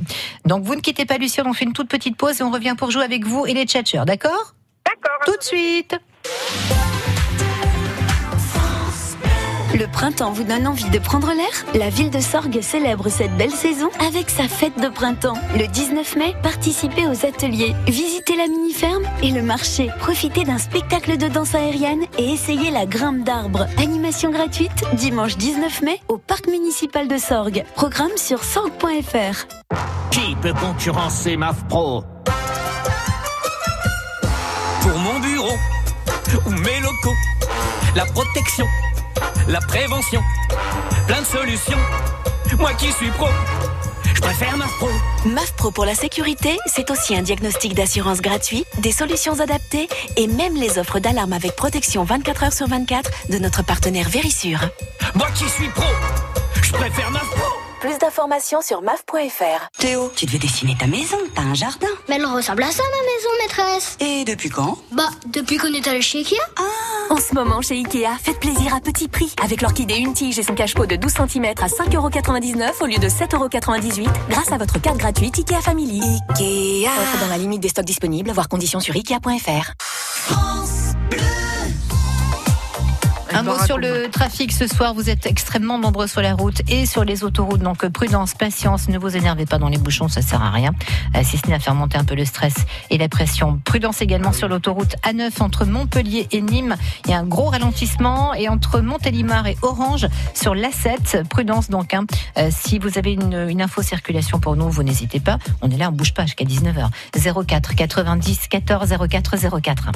Donc, vous ne quittez pas Lucienne, on fait une toute petite pause et on revient pour jouer avec vous et les tchatcheurs, d'accord D'accord. Tout de suite
Le printemps vous donne envie de prendre l'air La ville de Sorgue célèbre cette belle saison avec sa fête de printemps. Le 19 mai, participez aux ateliers, visitez la mini-ferme et le marché, profitez d'un spectacle de danse aérienne et essayez la grimpe d'arbres. Animation gratuite, dimanche 19 mai, au parc municipal de Sorgue. Programme sur sorgue.fr.
Qui peut concurrencer MAF Pro Pour mon bureau ou mes locaux, la protection, la prévention, plein de solutions. Moi qui suis pro, je préfère MAF Pro.
MAF Pro pour la sécurité, c'est aussi un diagnostic d'assurance gratuit, des solutions adaptées et même les offres d'alarme avec protection 24 heures sur 24 de notre partenaire Verisure.
Moi qui suis pro, je préfère MAF Pro.
Plus d'informations sur maf.fr.
Théo, tu devais dessiner ta maison, t'as un jardin.
Mais elle ressemble à ça, ma maison, maîtresse.
Et depuis quand
Bah, depuis qu'on est allé chez Ikea.
Ah. En ce moment, chez Ikea, faites plaisir à petit prix. Avec l'orchidée une tige et son cache-pot de 12 cm à 5,99€ au lieu de 7,98€ grâce à votre carte gratuite Ikea Family. Ikea Offre dans la limite des stocks disponibles, voir conditions sur Ikea.fr.
Un mot sur le trafic ce soir. Vous êtes extrêmement nombreux sur la route et sur les autoroutes. Donc euh, prudence, patience. Ne vous énervez pas dans les bouchons, ça sert à rien. Euh, Si ce n'est à faire monter un peu le stress et la pression. Prudence également sur l'autoroute A9 entre Montpellier et Nîmes. Il y a un gros ralentissement et entre Montélimar et Orange sur l'A7. Prudence donc. hein. Euh, si vous avez une, une info circulation pour nous, vous n'hésitez pas. On est là, on bouge pas jusqu'à 19h. 04 90 14 04 04.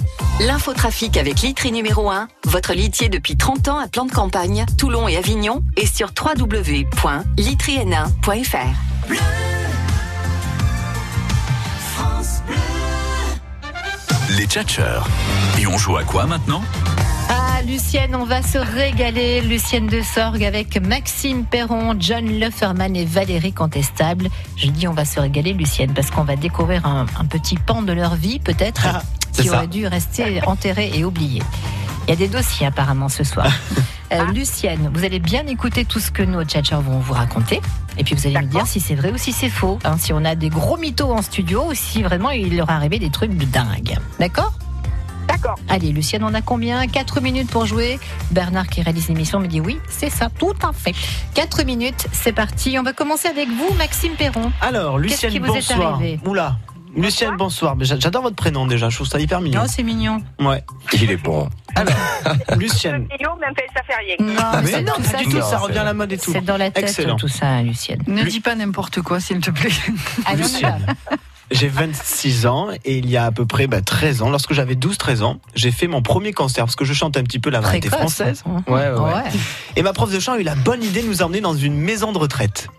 L'infotrafic avec Litry numéro 1, votre litier depuis 30 ans à plan de campagne, Toulon et Avignon, et sur www.litryn1.fr.
Les tchatcheurs. Et on joue à quoi maintenant
Ah, Lucienne, on va se régaler. Lucienne de Sorgue avec Maxime Perron, John Lefferman et Valérie Contestable. Je dis on va se régaler, Lucienne, parce qu'on va découvrir un, un petit pan de leur vie, peut-être,
Ah, c'est
qui
ça.
aurait dû rester enterré et oublié. Il y a des dossiers apparemment ce soir. Euh, Lucienne, vous allez bien écouter tout ce que nos tchatchers vont vous raconter. Et puis vous allez me dire si c'est vrai ou si c'est faux. hein, si on a des gros mythos en studio ou si vraiment il leur est arrivé des trucs de dingue. D'accord D'accord. Allez, Lucienne, on a combien 4 minutes pour jouer. Bernard qui réalise l'émission me dit oui, c'est ça, tout à fait. 4 minutes, c'est parti. On va commencer avec vous, Maxime Perron.
Alors,
Qu'est-ce
Lucienne,
qui vous est
bonsoir.
arrivé
Oula. Lucienne, bonsoir. Mais j'a- J'adore votre prénom déjà, je trouve ça hyper mignon.
Oh, c'est mignon.
Ouais. Il est bon. Alors, Lucienne.
Guillaume, même fait ça fait rien.
Non,
Ah, mais non, pas du tout, ça revient à la mode et tout.
C'est dans la tête
Excellent.
tout ça, hein, Lucienne.
Ne dis pas n'importe quoi, s'il te plaît.
Ah
Lucienne. J'ai 26 ans et il y a à peu près bah, 13 ans, lorsque j'avais 12-13 ans, j'ai fait mon premier concert parce que je chante un petit peu la variété
Précoce,
française.
hein. Ouais, ouais, ouais.
Et ma prof de chant a eu la bonne idée de nous emmener dans une maison de retraite.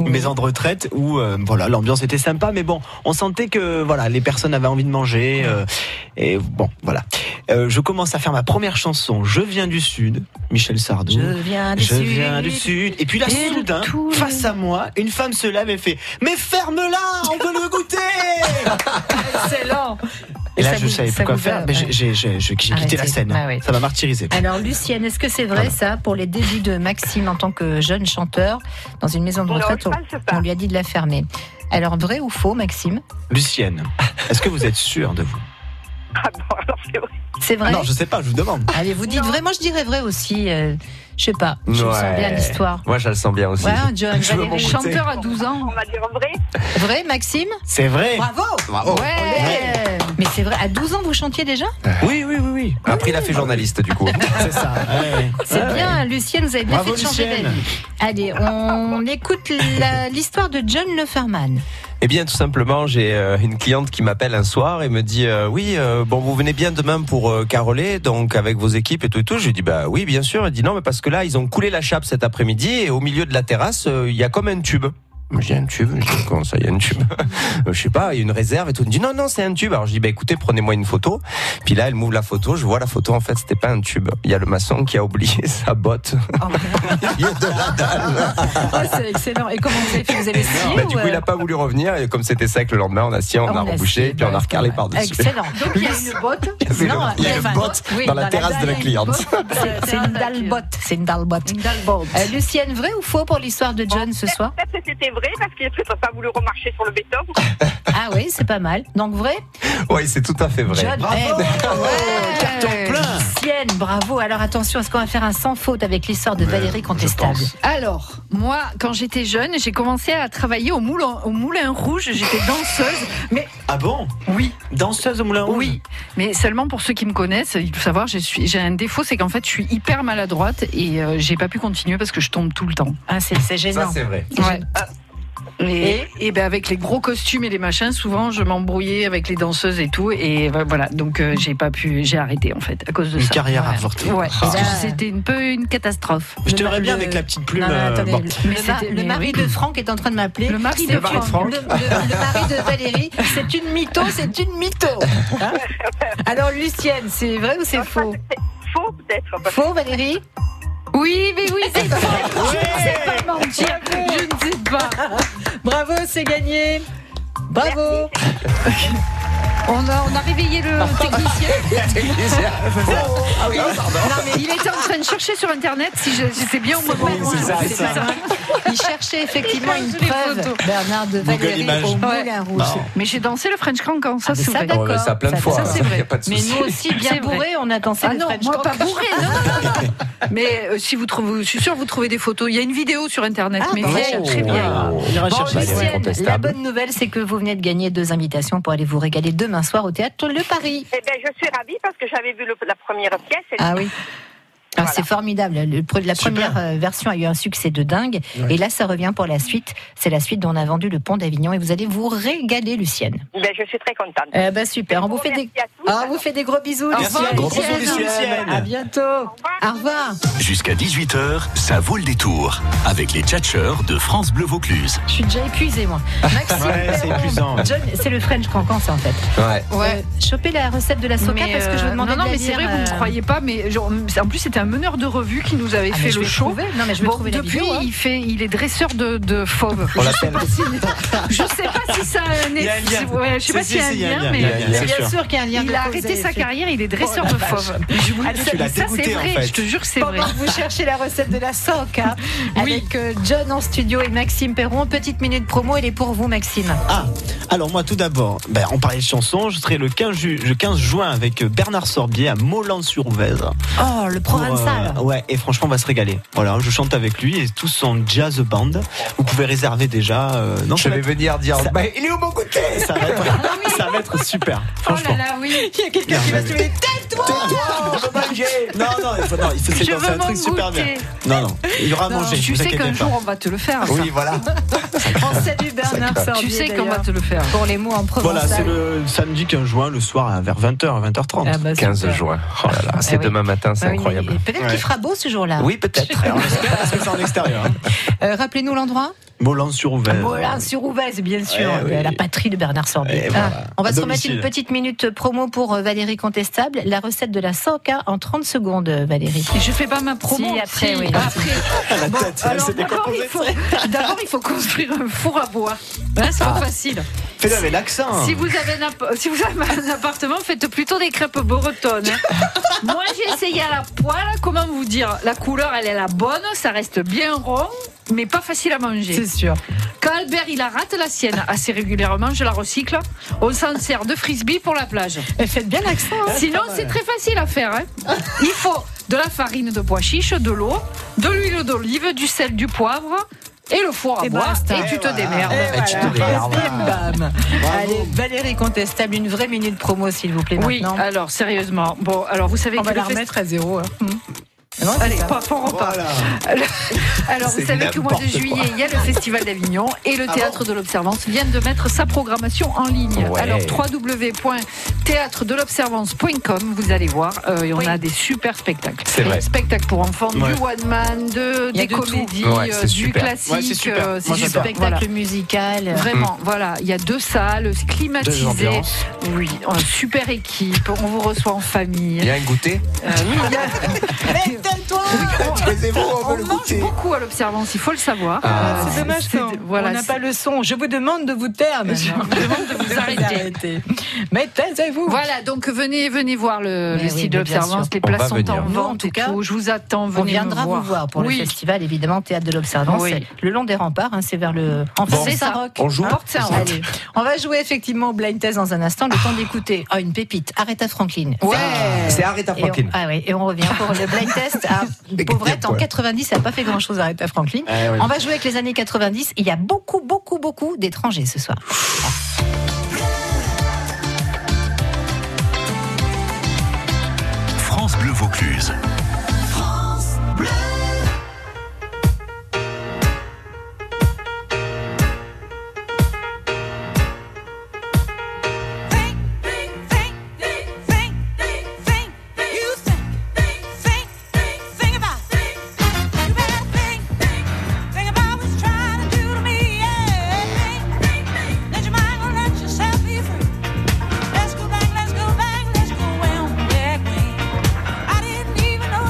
une maison de retraite où euh, voilà l'ambiance était sympa mais bon on sentait que voilà les personnes avaient envie de manger euh, et bon voilà Euh, je commence à faire ma première chanson je viens du sud Michel Sardou
Je viens du
Je
Sud.
viens du sud et puis là
Et le
soudain face à moi une femme se lève et fait mais ferme-la on veut le goûter
Excellent.
et là
Ça
je
vous-
savais
ça
pas quoi
vous va,
faire mais
ouais.
j'ai- j'ai j'ai- j'ai quitté
Arrêtez.
la scène
Ah ouais.
ça m'a martyrisé
Alors Lucienne, est-ce que c'est vrai ça pour les débuts de Maxime en tant que jeune chanteur dans une maison de retraite on, on lui a dit de la fermer. Alors vrai ou faux Maxime
Lucienne est-ce que vous êtes sûre de vous
C'est vrai
Ah non je sais pas je vous demande
Allez, vous dites vrai, moi je dirais vrai aussi. euh, je sais pas, je me
Ouais.
sens bien l'histoire.
Moi, je le sens bien aussi.
Ouais, John,
Je veux
Valérie,
mon goûter.
chanteur à 12 ans.
On va dire vrai.
Vrai, Maxime
C'est vrai.
Bravo
Bravo.
Ouais Mais c'est vrai, à 12 ans, vous chantiez déjà
Oui, oui, oui, oui.
Après, il a fait journaliste, du coup.
C'est ça.
C'est bien, Lucienne, vous avez bien
Bravo,
fait de changer
Lucienne.
d'avis. Allez, on écoute la- l'histoire de John Leferman.
Eh bien, tout simplement, j'ai euh, une cliente qui m'appelle un soir et me dit euh, oui, euh, bon, vous venez bien demain pour euh, caroler, donc avec vos équipes et tout et tout. Je lui dis bah oui, bien sûr. Elle dit non, mais parce que là, ils ont coulé la chape cet après-midi et au milieu de la terrasse, euh, il y a comme un tube. J'ai un tube, je dis, comment ça, il y a un tube Euh, Je sais pas, il y a une réserve et tout. Elle me dit non, non, c'est un tube. Alors je dis bah écoutez, prenez-moi une photo. Puis là, elle m'ouvre la photo, je vois la photo, en fait, c'était pas un tube. Il y a le maçon qui a oublié sa botte.
Oh,
Il y a de la dalle.
c'est excellent. Et comment vous avez fait Vous avez scié
Bah, du
ou,
coup, il
euh,
a pas voulu revenir et comme c'était sec le lendemain, on a scié, on,
Ah,
a
on a
rebouché,
scié,
puis on a
bah,
recarlé par-dessus.
Excellent.
Donc il y a une botte.
Il y a
Non,
une- il y a une
enfin,
botte
oui,
dans la terrasse de la
dalle, il y a une
cliente.
botte. C'est- C'est une dalle botte. C'est une dalle botte. Euh, Lucienne, vrai ou faux pour l'histoire de John ce soir
Peut-être que c'était vrai parce qu'il n'a pas voulu remarcher sur le béton.
Ah oui, c'est pas mal. Donc vrai
Oui, c'est tout à fait vrai.
John, eh, ouais. Lucienne, bravo. Alors attention, est-ce qu'on va faire un sans faute avec l'histoire de Valérie Contestable
Alors, moi, quand j'étais jeune, j'ai commencé à travailler au Moulin, au Moulin Rouge. J'étais danseuse, mais
ah bon
oui
danseuse au Moulin Rouge
oui, mais seulement pour ceux qui me connaissent, il faut savoir, je suis- j'ai un défaut, c'est qu'en fait, je suis hyper maladroite et euh, j'ai pas pu continuer parce que je tombe tout le temps.
Ah, c'est gênant.
Ça, c'est vrai.
Ouais.
Ah.
Et, et ben avec les gros costumes et les machins, souvent je m'embrouillais avec les danseuses et tout. Et ben, voilà, donc euh, j'ai pas pu, j'ai arrêté en fait à cause de
Une
ça.
carrière
Voilà.
avortée.
Ouais,
Ah.
Parce que c'était une peu une catastrophe.
Je te verrais bien avec la petite plume, Non, non, euh, attendez, bon. le-
le mar- le mari de Franck est en train de m'appeler. Le mari de Franck. Le, le- le mari de Valérie, c'est une mytho, c'est une mytho. Hein Alors Lucienne, c'est vrai ou c'est faux
Faux peut-être.
Faux Valérie
Oui, mais oui, c'est faux.
Je ne sais pas mentir. Je
ne sais pas.
Bravo, c'est gagné. Bravo.
On a, on a réveillé le technicien.
Ah oui, pardon.
Non, mais il était en train de chercher sur internet si je, je sais bien au moment où
c'est ça,
je-
c'est ça. Il cherchait effectivement une preuve. Bernard de
Google
Valérie
Images.
au Moulin
Ouais.
Rouge.
Non. Mais j'ai dansé le French Cancan, ça
Ah, mais
c'est
ça,
vrai.
d'accord. Ouais, mais ça, plein de fois,
Ça,
ça,
c'est vrai.
y a pas de Mais souci. nous aussi, bien
C'est vrai.
bourrés, on a dansé
Ah
le
non,
French
moi
Cancan.
pas bourré, non, non, non, non. Mais euh, si vous trouvez, je suis sûre, vous trouvez des photos. Il y a une vidéo sur internet, mais
bon.
vieille, Ah, très vieille.
Ah,
Bon, Lucienne, la
Contestable.
bonne nouvelle, c'est que vous venez de gagner deux invitations pour aller vous régaler demain soir au théâtre Le Paris.
Eh bien, je suis ravie parce que j'avais vu le- la première pièce. elle-
Ah oui. Ah, C'est formidable. Le pre- la première euh, version a eu un succès de dingue.
Ouais.
Et là, ça revient pour la suite. C'est la suite dont on a vendu le pont d'Avignon. Et vous allez vous régaler, Lucienne.
Ben, je suis très contente.
Eh ben, super. On vous, fait des... Ah, on vous fait des gros bisous,
Au
Lucienne.
revoir, Gros bisous, Lucienne. Lucienne.
À bientôt. Au revoir.
Jusqu'à 18h, ça vaut le détour avec les tchatcheurs de France Bleu Vaucluse.
Je suis déjà épuisée, moi. Maxime,
Ouais, c'est
Perron,
épuisant.
John, c'est le French cancan, ça, en fait.
Ouais.
Euh, choper la recette de la soca
Mais,
parce que je
euh,
vous demandais
non, non,
de la
mais c'est
lire,
vrai, vous ne
euh,
croyez pas, mais genre, en plus c'était un meneur de revue qui nous avait
Ah, mais
fait
je
le
vais
show.
trouver. Non, mais je vais
Bon,
trouver la
depuis,
vidéo, hein.
il fait, il est dresseur de, de fauves.
On
je sais
l'appelle.
pas si, je sais pas si ça a un
Il y a un
effet-
lien.
ouais, je sais pas
Si,
s'il y a
si,
un
si, il y a un
lien,
lien,
mais
il y a un lien, C'est bien sûr. sûr qu'il y a un lien de
Il a
cause à
arrêté sa
effet.
carrière, il est dresseur
Oh,
de
la
fauves.
vache.
Je vous le
Ah,
dis,
tu l'as
ça, c'est
dégoûté, en
vrai,
fait.
je te jure, c'est vrai.
Pendant que vous cherchez la recette de la soca avec euh, John en studio et Maxime Perron, petite minute promo, elle est pour vous, Maxime.
Ah, alors moi tout d'abord, ben, on parlait de chansons, je serai le 15, ju- le 15 juin avec euh, Bernard Sorbier à Molans-sur-Vèze.
Oh, le
Ah,
Provençal.
Pour, euh, ouais, et franchement, on va se régaler. Voilà, je chante avec lui et tout son jazz band. Vous pouvez réserver déjà. euh, non, je vais
venir dire. bah, il est au bon côté
ça va, être, ça va être super. Franchement.
oui.
Il y a quelqu'un
Non,
qui va
mais-
se lever. Tais-toi
Non, non, il faut, non, il faut c'est
Je
dans- c'est
veux
un truc
mon
super bien.
goûter.
Non, non, il y aura à
Non,
manger.
Tu
vous
sais
inquiétez
qu'un
pas. Oh,
jour on va te le faire. ça.
Oui, voilà.
On salue Bernard
Sacré.
Sorbier,
Tu sais qu'on
d'ailleurs,
va te le faire.
Pour les mots en provençal.
Voilà, c'est le samedi 15 juin, le soir à vers 20h, 20h30.
15 juin. Oh là
Ah
là, c'est
oui.
demain matin, c'est
Bah oui,
incroyable.
mais Peut-être qu'il fera beau ce jour-là.
Oui, peut-être.
Parce que c'est en extérieur.
Euh, Rappelez-nous l'endroit.
Molin-sur-Ouvert.
Molin-sur-Ouvèze, bien sûr, Euh,
Ouais,
la
oui.
patrie de Bernard Sorbier.
Et voilà.
Ah, on va
À
se remettre
domicile.
une petite minute promo pour euh, Valérie Contestable, la recette de la soca en 30 secondes, euh, Valérie.
Je fais pas ma promo.
Si, après,
si,
oui.
après.
La
Bon,
tête, elle
alors
s'est
d'abord, il faut- D'abord, il faut construire un four à bois. Là, c'est pas
Ah.
facile.
Fais-le avec l'accent.
Si vous, avez un app- si vous avez un appartement, faites plutôt des crêpes bretonnes. Moi, j'ai essayé à la poêle. Comment vous dire La couleur, elle est la bonne. Ça reste bien rond, mais pas facile à manger.
C'est sûr.
Quand Albert, il la rate la sienne assez régulièrement, je la recycle. On s'en sert de frisbee pour la plage.
faites bien l'accent. hein.
Sinon, c'est très facile à faire. hein. Il faut de la farine de pois chiche, de l'eau, de l'huile d'olive, du sel, du poivre. Et le four à
Et
bois,
basta.
et tu te démerdes.
Et tu te démerdes.
Bam.
Allez, Valérie Contestable, une vraie minute promo, s'il vous plaît,
Oui,
maintenant.
alors sérieusement. Bon, alors vous savez
On
que
va
le
la
fest-
remettre hein.
à zéro.
Non, c'est
Allez,
ça.
pas fort repas.
Voilà.
Alors,
C'est
vous savez qu'au mois de
n'importe quoi.
juillet, il y a le Festival d'Avignon et
Ah
le Théâtre de l'Observance viennent de mettre sa programmation en ligne.
Ouais.
Alors, www.théâtredelobservance.com, vous allez voir, euh, et on a des super spectacles.
C'est vrai.
Spectacles pour enfants,
Ouais.
du one man, de,
Il y a
des
de tout.
comédies,
Ouais,
euh,
c'est
du
super.
classique,
Ouais, c'est super.
euh,
Moi,
du
j'adore.
spectacle
Voilà.
musical.
Mm.
Vraiment, voilà, il y a deux salles
Deux
climatisées.
ambiances.
Oui, une super équipe, on vous reçoit en famille.
Il y a un goûter
Euh, oui, il y a-
toi
on mange beaucoup à l'observance, il faut le savoir.
Ah,
Euh,
c'est dommage
c'est-
qu'on
voilà,
on n'a
c'est-
pas le son. Je vous demande de vous taire maintenant. Je vous demande de vous arrêter. Mais taisez-vous.
Voilà, donc venez, venez voir le,
Mais
le
oui,
site
mais
de
bien
l'Observance.
sûr.
Les
On
places
va
sont
venir.
en
Nous, en
vente.
tout
et
cas,
tout. Je vous attends.
On
Venez
viendra
me
vous
voir.
voir pour
Oui.
le festival, évidemment, Théâtre de l'Observance,
Oui.
le long des remparts, hein, c'est vers le. En
Bon.
face
C'est
de
ça.
Saint-Roch,
On joue Porte Saint-Roch.
Allez. On va jouer effectivement au blind test dans un instant, le temps d'écouter. Ah, une pépite, Arrête à Franklin. euh,
Ouais. C'est Aretha
Et on-
Franklin.
ah oui, et on revient pour le blind test. Ah, pauvrette, en 90, ça n'a pas fait grand-chose, Arrête à Franklin.
Ah oui.
On va jouer avec les années 90. Il y a beaucoup, beaucoup, beaucoup d'étrangers ce soir.
France Bleu Vaucluse.
Let's go back, let's go back, let's go round back. I didn't even know.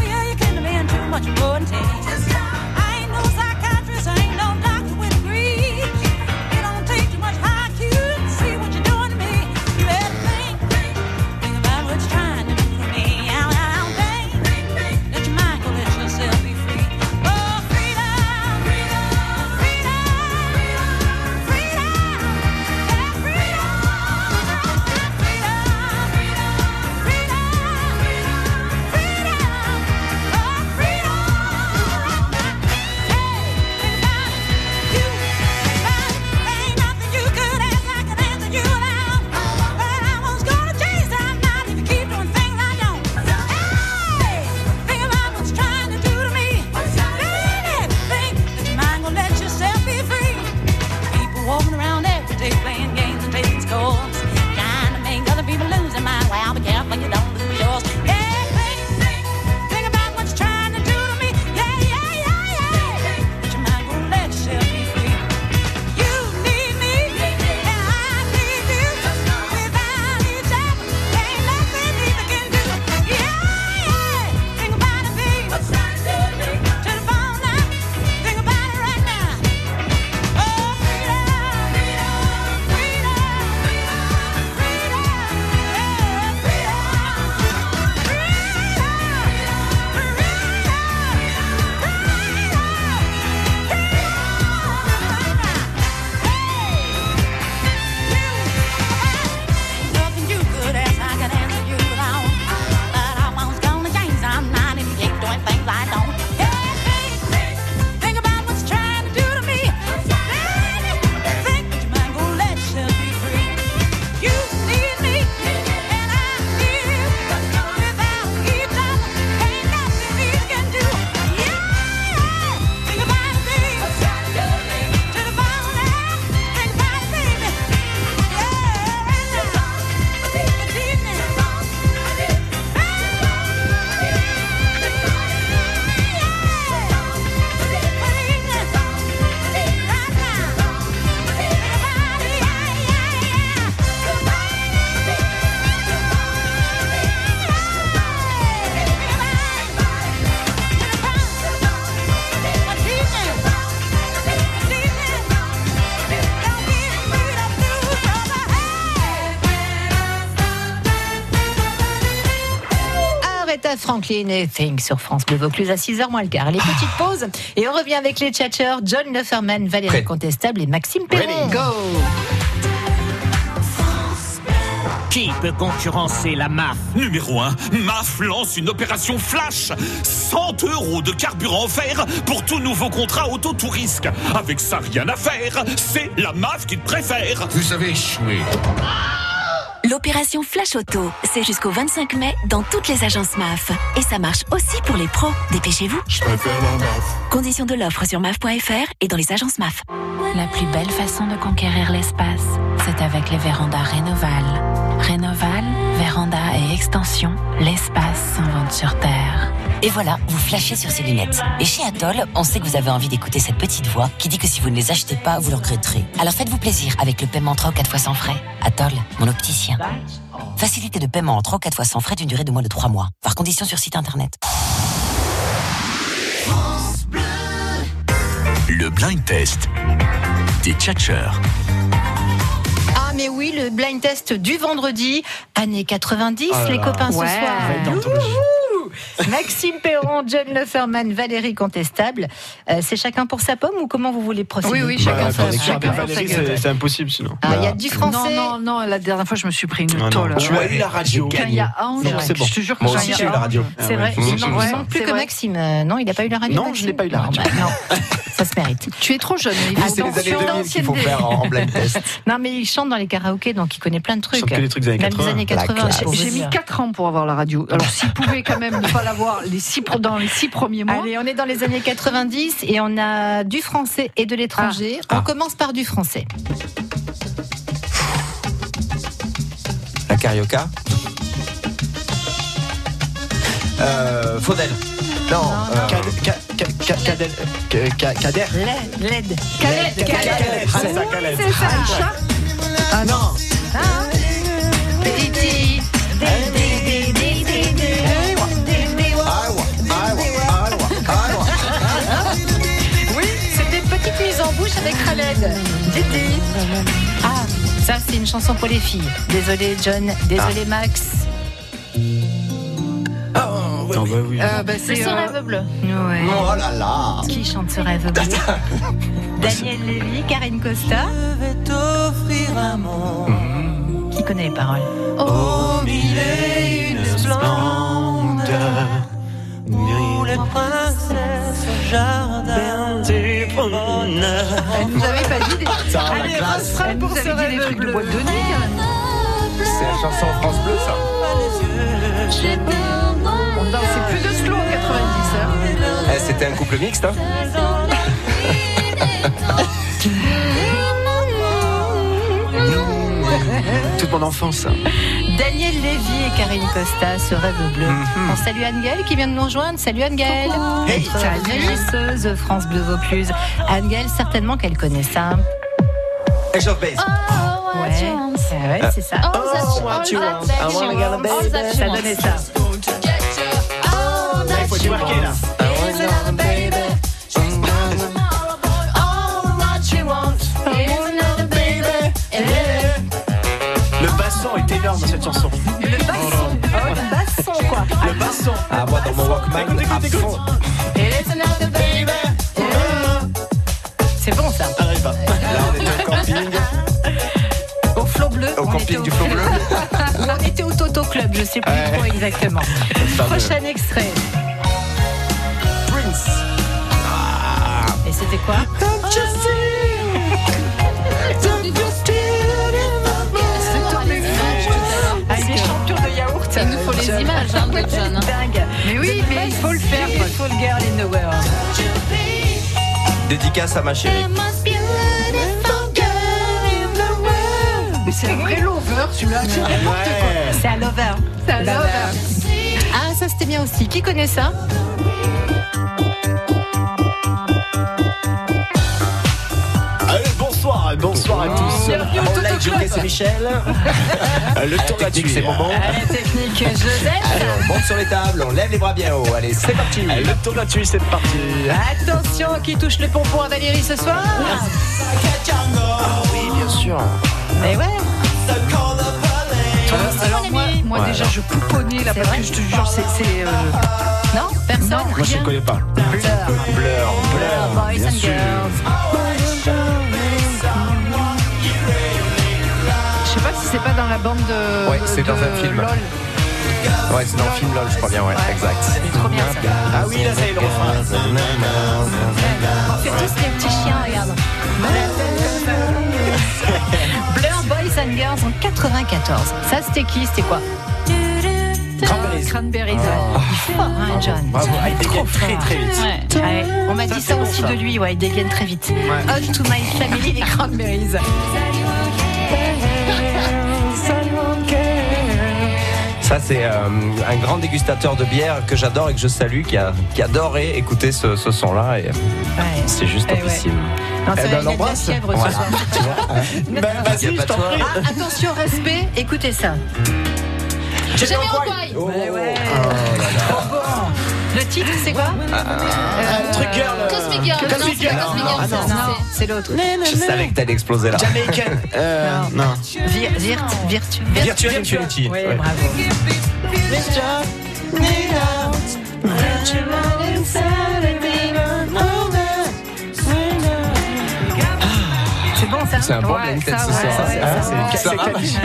Aretha Franklin et Think sur France Bleu Vaucluse à 6h moins le quart. Les petites pauses et on revient avec les tchatchers John Neferman, Valérie Contestable et Maxime Perron.
Qui peut concurrencer la MAF
Numéro 1, MAF lance une opération flash 100 euros de carburant offert pour tout nouveau contrat auto tout risque. Avec ça, rien à faire, c'est la MAF qui te préfère. Vous savez échoué.
L'opération Flash Auto, c'est jusqu'au 25 mai dans toutes les agences MAF. Et ça marche aussi pour les pros. Dépêchez-vous. Conditions de l'offre sur maf.fr et dans les agences MAF.
La plus belle façon de conquérir l'espace, c'est avec les vérandas Rénoval. Rénoval, véranda et extension, l'espace s'invente sur Terre.
Et voilà, vous flashez sur ces lunettes. Et chez Atoll, on sait que vous avez envie d'écouter cette petite voix qui dit que si vous ne les achetez pas, vous le regretterez. Alors faites-vous plaisir avec le paiement 3 ou 4 fois sans frais. Atoll, mon opticien. Facilité de paiement en 3 ou 4 fois sans frais d'une durée de moins de 3 mois. Par condition sur site internet.
Le blind test des tchatcheurs.
Ah mais oui, le blind test du vendredi, années 90,
Ah là
les
là.
copains
Ouais.
ce soir. Wouhou Maxime Perron, John Leferman, Valérie Contestable. Euh, c'est chacun pour sa pomme ou comment vous voulez procéder
Oui, oui,
Bah,
chacun sa
attendez,
chacun
Valérie,
sa
c'est-
gueule.
C'est impossible sinon.
Ah,
Bah,
il y a du français. Non, non, non, la dernière fois, je me suis pris une
Ah Non, non.
tôle.
Tu as eu la radio.
Quand il y a honte,
Non, c'est bon.
je te jure que
Moi
quand
aussi,
il y a
j'ai eu la
honte.
radio.
C'est vrai,
Mmh.
il manque
Non plus que Maxime. Euh, non, il n'a pas eu la radio. Ah, bah,
Non, je n'ai pas eu la radio.
Ça se mérite.
Tu es trop jeune.
Ah, c'est les années 2000 qu'il faut faire en- en blind test.
non, mais il chante dans les karaokés, donc il connaît plein de trucs.
chante que des trucs des années
Même
80.
années
La
80,
classe. Ah.
pour vous
J'ai mis
dire.
4 ans pour avoir la radio. Alors, s'il pouvait quand même ne pas l'avoir les six pro- dans les 6 premiers mois.
Allez, on est dans les années 90 et on a du français et de l'étranger.
Ah.
On commence par du français.
La carioca euh, Faudel. Non. euh,
Cadel. Ca- Ca- Kader.
euh,
LED.
Calais, Calais. Ah, c'est ça, Calais. Aïcha.
Ah
non.
hein.
Oui, c'est des petites mises en bouche avec Khaled. Didi. Ah, ça c'est une chanson pour les filles. Désolé John, désolé
Ah.
Max.
Non, bah oui.
Euh, bah, c'est,
Le
euh,
rêve
Ouais.
Oh là là.
Qui chante ce rêve bleu Daniel Lévy, Karine Costa. Qui connaît les paroles
Ah,
Au mille et une splendeur Où les princesses au jardin du bonheur
Elle nous avait pas dit des
Ça, la
Allez,
classe.
refrain
Elle
pour
nous avait
ce
dit
rêve
des trucs de
bleu.
boîte de nuit,
hein.
C'est la chanson France Bleu, ça.
On dansait plus de slow en 90. hein.
Eh, C'était un couple mixte, hein
Toute mon enfance.
Daniel Lévy et Karine Costa, ce rêve bleu.
Mhm.
On salue Anne-Gaëlle qui vient de nous rejoindre. Salut Anne-Gaëlle.
Hey,
Notre
salut.
régisseuse France Bleu Vaucluse. Anne-Gaëlle, certainement qu'elle connaît ça. Oh.
Ace of Base.
Ouais, Ah ouais, c'est ça.
Oh, what you want, I wanna get a baby.
Ça donnait ça.
Faut twerker, là.
Le basson est énorme dans cette chanson.
Le basson. Oh, le basson, quoi.
Le basson.
Ah, moi, dans mon Walkman, à fond.
C'est bon ça.
Là,
on était au camping.
Au flot bleu.
Au
on
camping
était
du flot bleu.
on était au Toto Club, je sais plus trop exactement.
fameux.
Prochain extrait.
euh, Prince.
Ah.
Et c'était quoi
Ah, il est champion de yaourt. Il nous faut les images, hein, John.
Dingue.
Mais oui, mais il faut le faire.
Beautiful girl in the world.
Dédicace à ma chérie.
Mais c'est un vrai lover, celui-là. C'est n'importe quoi.
C'est un lover.
C'est un lover.
Ah, ça c'était bien aussi. Qui connaît ça
Allez, bonsoir, hein, bonsoir à tous.
Bienvenue au
On
Toto
l'a
Club.
c'est Michel.
Euh, Le temps technique, Euh, c'est bon.
La technique Joseph.
Allez, on monte sur les tables, on lève les bras bien haut. Allez, c'est parti.
Le tour gratuit, c'est parti.
Attention, qui touche le pompon à Valérie ce soir
Ah oui, bien sûr.
Mais ouais.
Alors, moi, moi
Ouais,
déjà,
alors.
je je pouponnais là parce que je te jure, c'est. c'est, euh,
Non, personne.
Moi, je ne connais pas. Blur, Blur,
Boys
bien
and
sûr.
Je sais pas si c'est pas dans la bande de.
Ouais, c'est
de
dans un film.
LOL.
Ouais, c'est dans le film LOL, je crois bien, ouais, exact.
Ah oui, là, ça y est, le refrain.
On fait tous les petits chiens, regarde. Blur Boys and Girls en 94. Ça, c'était qui C'était quoi Cranberries.
Ah.
ouais. Il est fort, hein, John.
Bravo, ah, il dégaine très très vite.
Ouais. Ouais. On m'a
Ça,
dit
c'est
ça
bon,
aussi
ça.
de lui, ouais, il dégaine très vite. On to my family, les Cranberries.
Ça, c'est euh, un grand dégustateur de bière que j'adore et que je salue, qui, a, qui adorait écouter ce, ce son-là. Et C'est juste officiel.
Eh
Non, ça va, il a de la fièvre ce soir.
Ben, vas-y, je t'en prie.
Ah, attention, respect, écoutez ça. Jamiroquai. Ouais, ouais. Trop bon. Le titre, c'est quoi
Un truc girl. euh,
Cosmic Girl. Non,
Cosmic
c'est pas
Girl.
Cosmic
Non,
Girl,
ah,
ça,
non.
non, c'est- c'est l'autre.
Je savais que t'allais exploser là.
Jamaican. Euh,
non.
Vir- virt- virtu-
Virtual
virtu-
Infinity.
Ouais,
Ouais.
bravo. C'est bon ça
C'est un bon blind test ce soir. Ah, c'est- c'est catchy.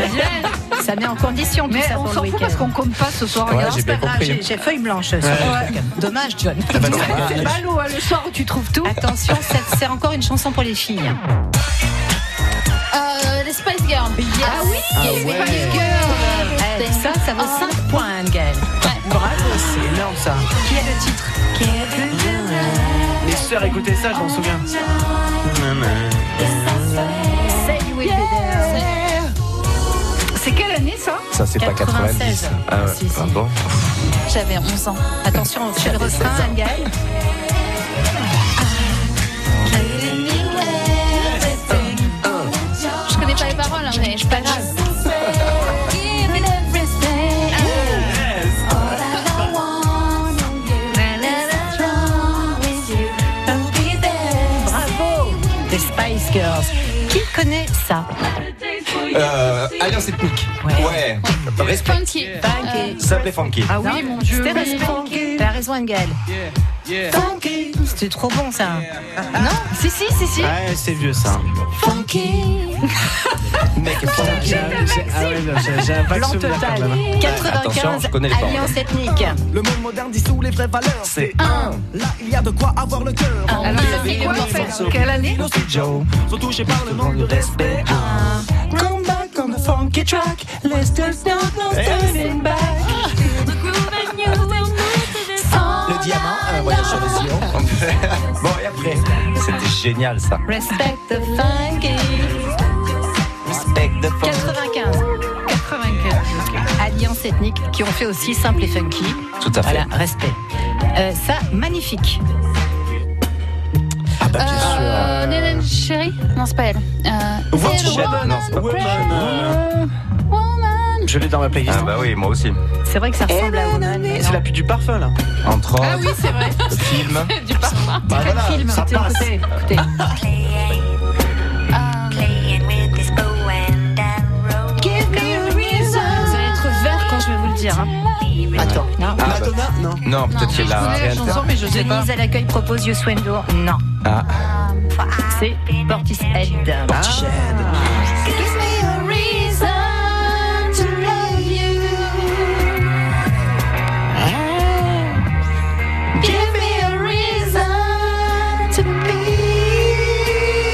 Ça met en condition tout
Mais
ça
on
pour
s'en
le
fout
week-end.
parce qu'on compte pas ce soir.
Non,
regarde.
c'est pas grave, j'ai- J'ai feuille blanche sur le
Ouais.
truc. Dommage, John.
C'est mal ou, euh, le soir où tu trouves tout.
Ah bah Attention, c'est- c'est encore une chanson pour les filles. hein.
Euh, les Spice Girls.
Ah oui, les Spice Girls. Eh, ça, ça vaut
Oh.
5 points, Anne Gaëlle.
Bravo, c'est énorme ça.
Qui est le titre
Les sœurs écoutaient ça, je m'en souviens. mmh.
Say you will be there.
C'est quelle année ça
Ça, c'est pas
96.
90. Ah, ouais. Ah bon
J'avais 11 ans. Attention, on fait le refrain, Anne Gaëlle.
Je connais pas les paroles, hein, mais je pas grave.
Bravo, les Spice Girls. Qui connaît ça
Euh,
ah
Alliance ethnique. Ouais. Respect.
Funky.
Ça s'appelait Funky.
Ah oui, mon Dieu. C'était raison. T'as raison, Anne Gaëlle.
mmh.
Funky. C'était trop bon, ça. Non Si, si, si, si.
Ah Ouais, c'est vieux ça.
Funky.
Mec, putain,
j'ai ah ouais, non, j'ai- j'ai un vague
Blanc
souvenir quand
total.
même. hein.
Attention,
95,
je connais les paroles.
Alliance ethnique.
Le monde moderne dissout les vraies valeurs.
C'est
un. Là, il y a de quoi avoir le cœur.
Alors, Ah, ça fait quoi, en fait Quelle année
Joe. Sont touchés par le manque de respect. Come back on the funky track. Let's just not no turning back.
Ah.
Le diamant, un voyage sur les sillons.
Bon, et après C'était génial ça.
Respect the funky.
Respect the Funky.
95. 95. Alliance ethnique qui ont fait aussi simple et funky.
Tout à fait.
Voilà, respect. Euh, ça, magnifique.
Euh, Nene Chérie Non, c'est pas elle. Euh,
Woman,
c'est Woman.
non, c'est pas-
Je l'ai dans ma playlist.
Ah bah oui, moi aussi.
C'est vrai que ça ressemble à Woman.
C'est la pub du parfum là.
Entre autres,
oui, c'est vrai.
le film.
du parfum.
Bah voilà,
film,
ça
écoutez,
passe.
écoutez, écoutez. Vous allez être vert quand je vais vous le dire. hein. Attends, bah. non.
Ah, Madonna
Non.
Non, peut-être qu'il y a la réalité.
mais je sais pas. Denise à l'accueil propose Yosuendo. Non.
Ah.
C'est Portishead.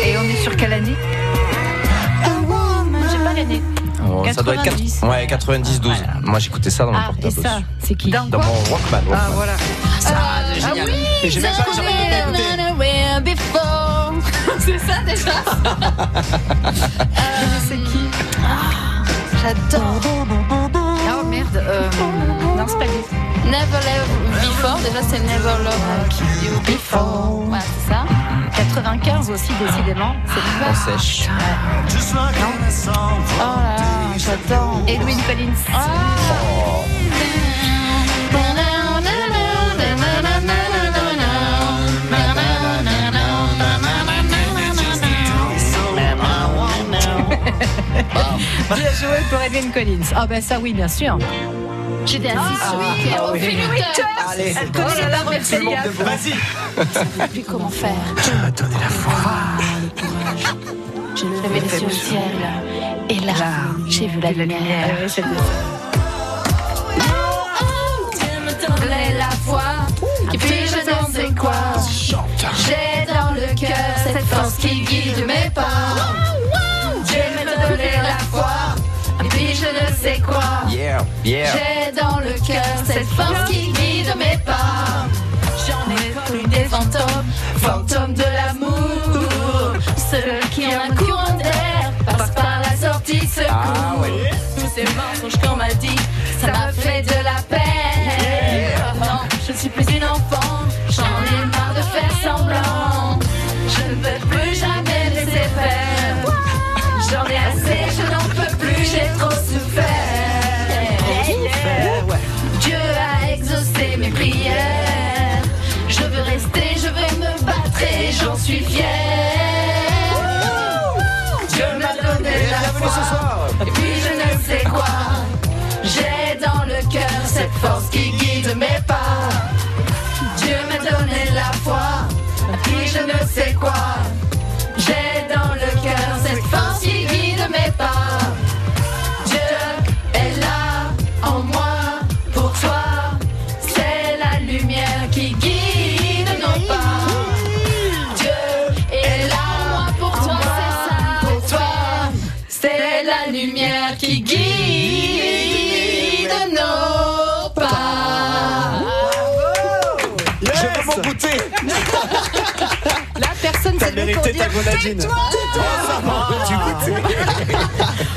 Et on est sur quelle année
J'ai pas l'année.
Oh, Ça doit être
90.
90. Ouais, 90, 12. Moi j'écoutais ça dans mon
Ah, et
portable.
ça, c'est qui
Dans mon Walkman. Walkman.
Ah, voilà.
Ah oui Mais j'ai même pas- j'ai même pas écouté.
C'est ça déjà
C'est qui
J'adore. oh,
Ah merde. euh,
Non, c'est pas lui.
Never Love Before, déjà c'est Never Love You Before. Ouais, c'est ça.
95 aussi, décidément. C'est
On sèche.
Oh là là, j'adore.
Edwin Collins.
Ah.
Oh.
Bien joué pour Edwin Collins. Ah, bah ça, oui, bien sûr.
J'étais assise sur
Ah,
le quai au
oui.
fil du
Allez.
temps.
Allez.
Elle connaît
Oh là
les
là,
paroles
tout le monde
Pélias.
debout. Vas-y.
Je ne savais plus comment faire. Ah, Je me levais les yeux au ciel. Et là, j'ai vu la lumière. Ah,
Donner la foi.
Et puis je ne sais quoi. J'ai dans le cœur cette force qui guide mes pas. Dieu me donné la foi. Et puis je ne sais quoi.
Yeah, yeah.
J'ai dans le cœur cette force qui guide mes pas. J'en ai connu des fantômes, fantômes de l'amour. Ceux qui ont un courant d'air passent par la sortie de secours.
Ah ouais.
Tous ces mensonges qu'on m'a dit, ça m'a fait de la peine. Non, je ne suis plus une enfant, j'en ai marre de faire semblant. Je ne veux plus jamais laisser faire. J'en ai assez, je n'en peux plus, j'ai trop souffert. Dieu a exaucé mes prières. Je veux rester, je vais me battre et j'en suis fier. Dieu m'a donné
Et
la
bienvenue
foi.
ce soir.
Et puis je ne sais quoi. J'ai dans le cœur cette force qui guide mes pas. Dieu m'a donné la foi. Et puis je ne sais quoi. J'ai dans le cœur cette force qui guide mes pas. Dieu est là en moi pour toi. C'est la lumière qui guide nos pas. Dieu est là en moi pour toi. C'est ça pour toi. C'est la lumière qui guide nos pas.
Je vais m'en goûter.
La personne,
T'as
c'est le
mérité ta grenadine. Oh,
Tais-toi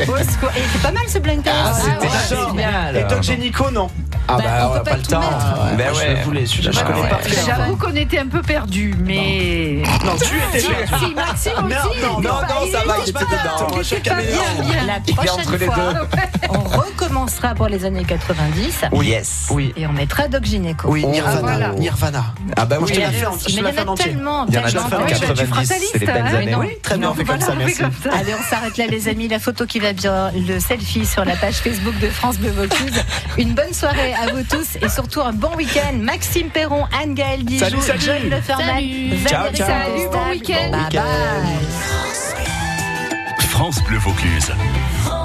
Au secours. Et c'est pas mal ce blind test.
Ah, c'était
ouais,
chaud.
c'est bien.
Et Doc Génico, non
Ah bah, on n'a
peut
pas le temps. Ben
Moi,
ouais.
Je voulais, celui-là, je
Ah
connais
ouais.
pas.
J'avoue qu'on était un peu perdus, mais.
Non, tu étais perdu.
Si, Maxime aussi,
Merde, non,
il était
non,
pas-
non,
il
ça
était
va,
pas-
Ah,
il était dedans.
il était
Chacun
pas
met
bien,
les
bien.
La
Il est
prochaine
entre les
fois,
deux.
on recommencera pour les années 90.
Oui. Yes. Oui.
Et on mettra Doc Ah, Gynéco.
Oh.
Oui, Nirvana. Nirvana.
Ah bah
moi, je te la fais en- je te la fais en entier. Il y en
tellement.
a tellement.
Je la fais en
90, c'est les belles années. Oui,
très bien, on fait comme ça, merci.
Allez, on s'arrête là, les amis. La photo qui va bien, le selfie sur la page Facebook de France Bleu Vaucluse. Une bonne soirée à vous tous et surtout un bon week-end. Maxime Perron, Anne-Gaëlle Dijou,
Salut, salut.
John Leferman,
Salut.
Valérie
Ciao, ciao.
Saint-Estable.
Salut, bon week-end.
Bye bye.
France Bleu Vaucluse.
France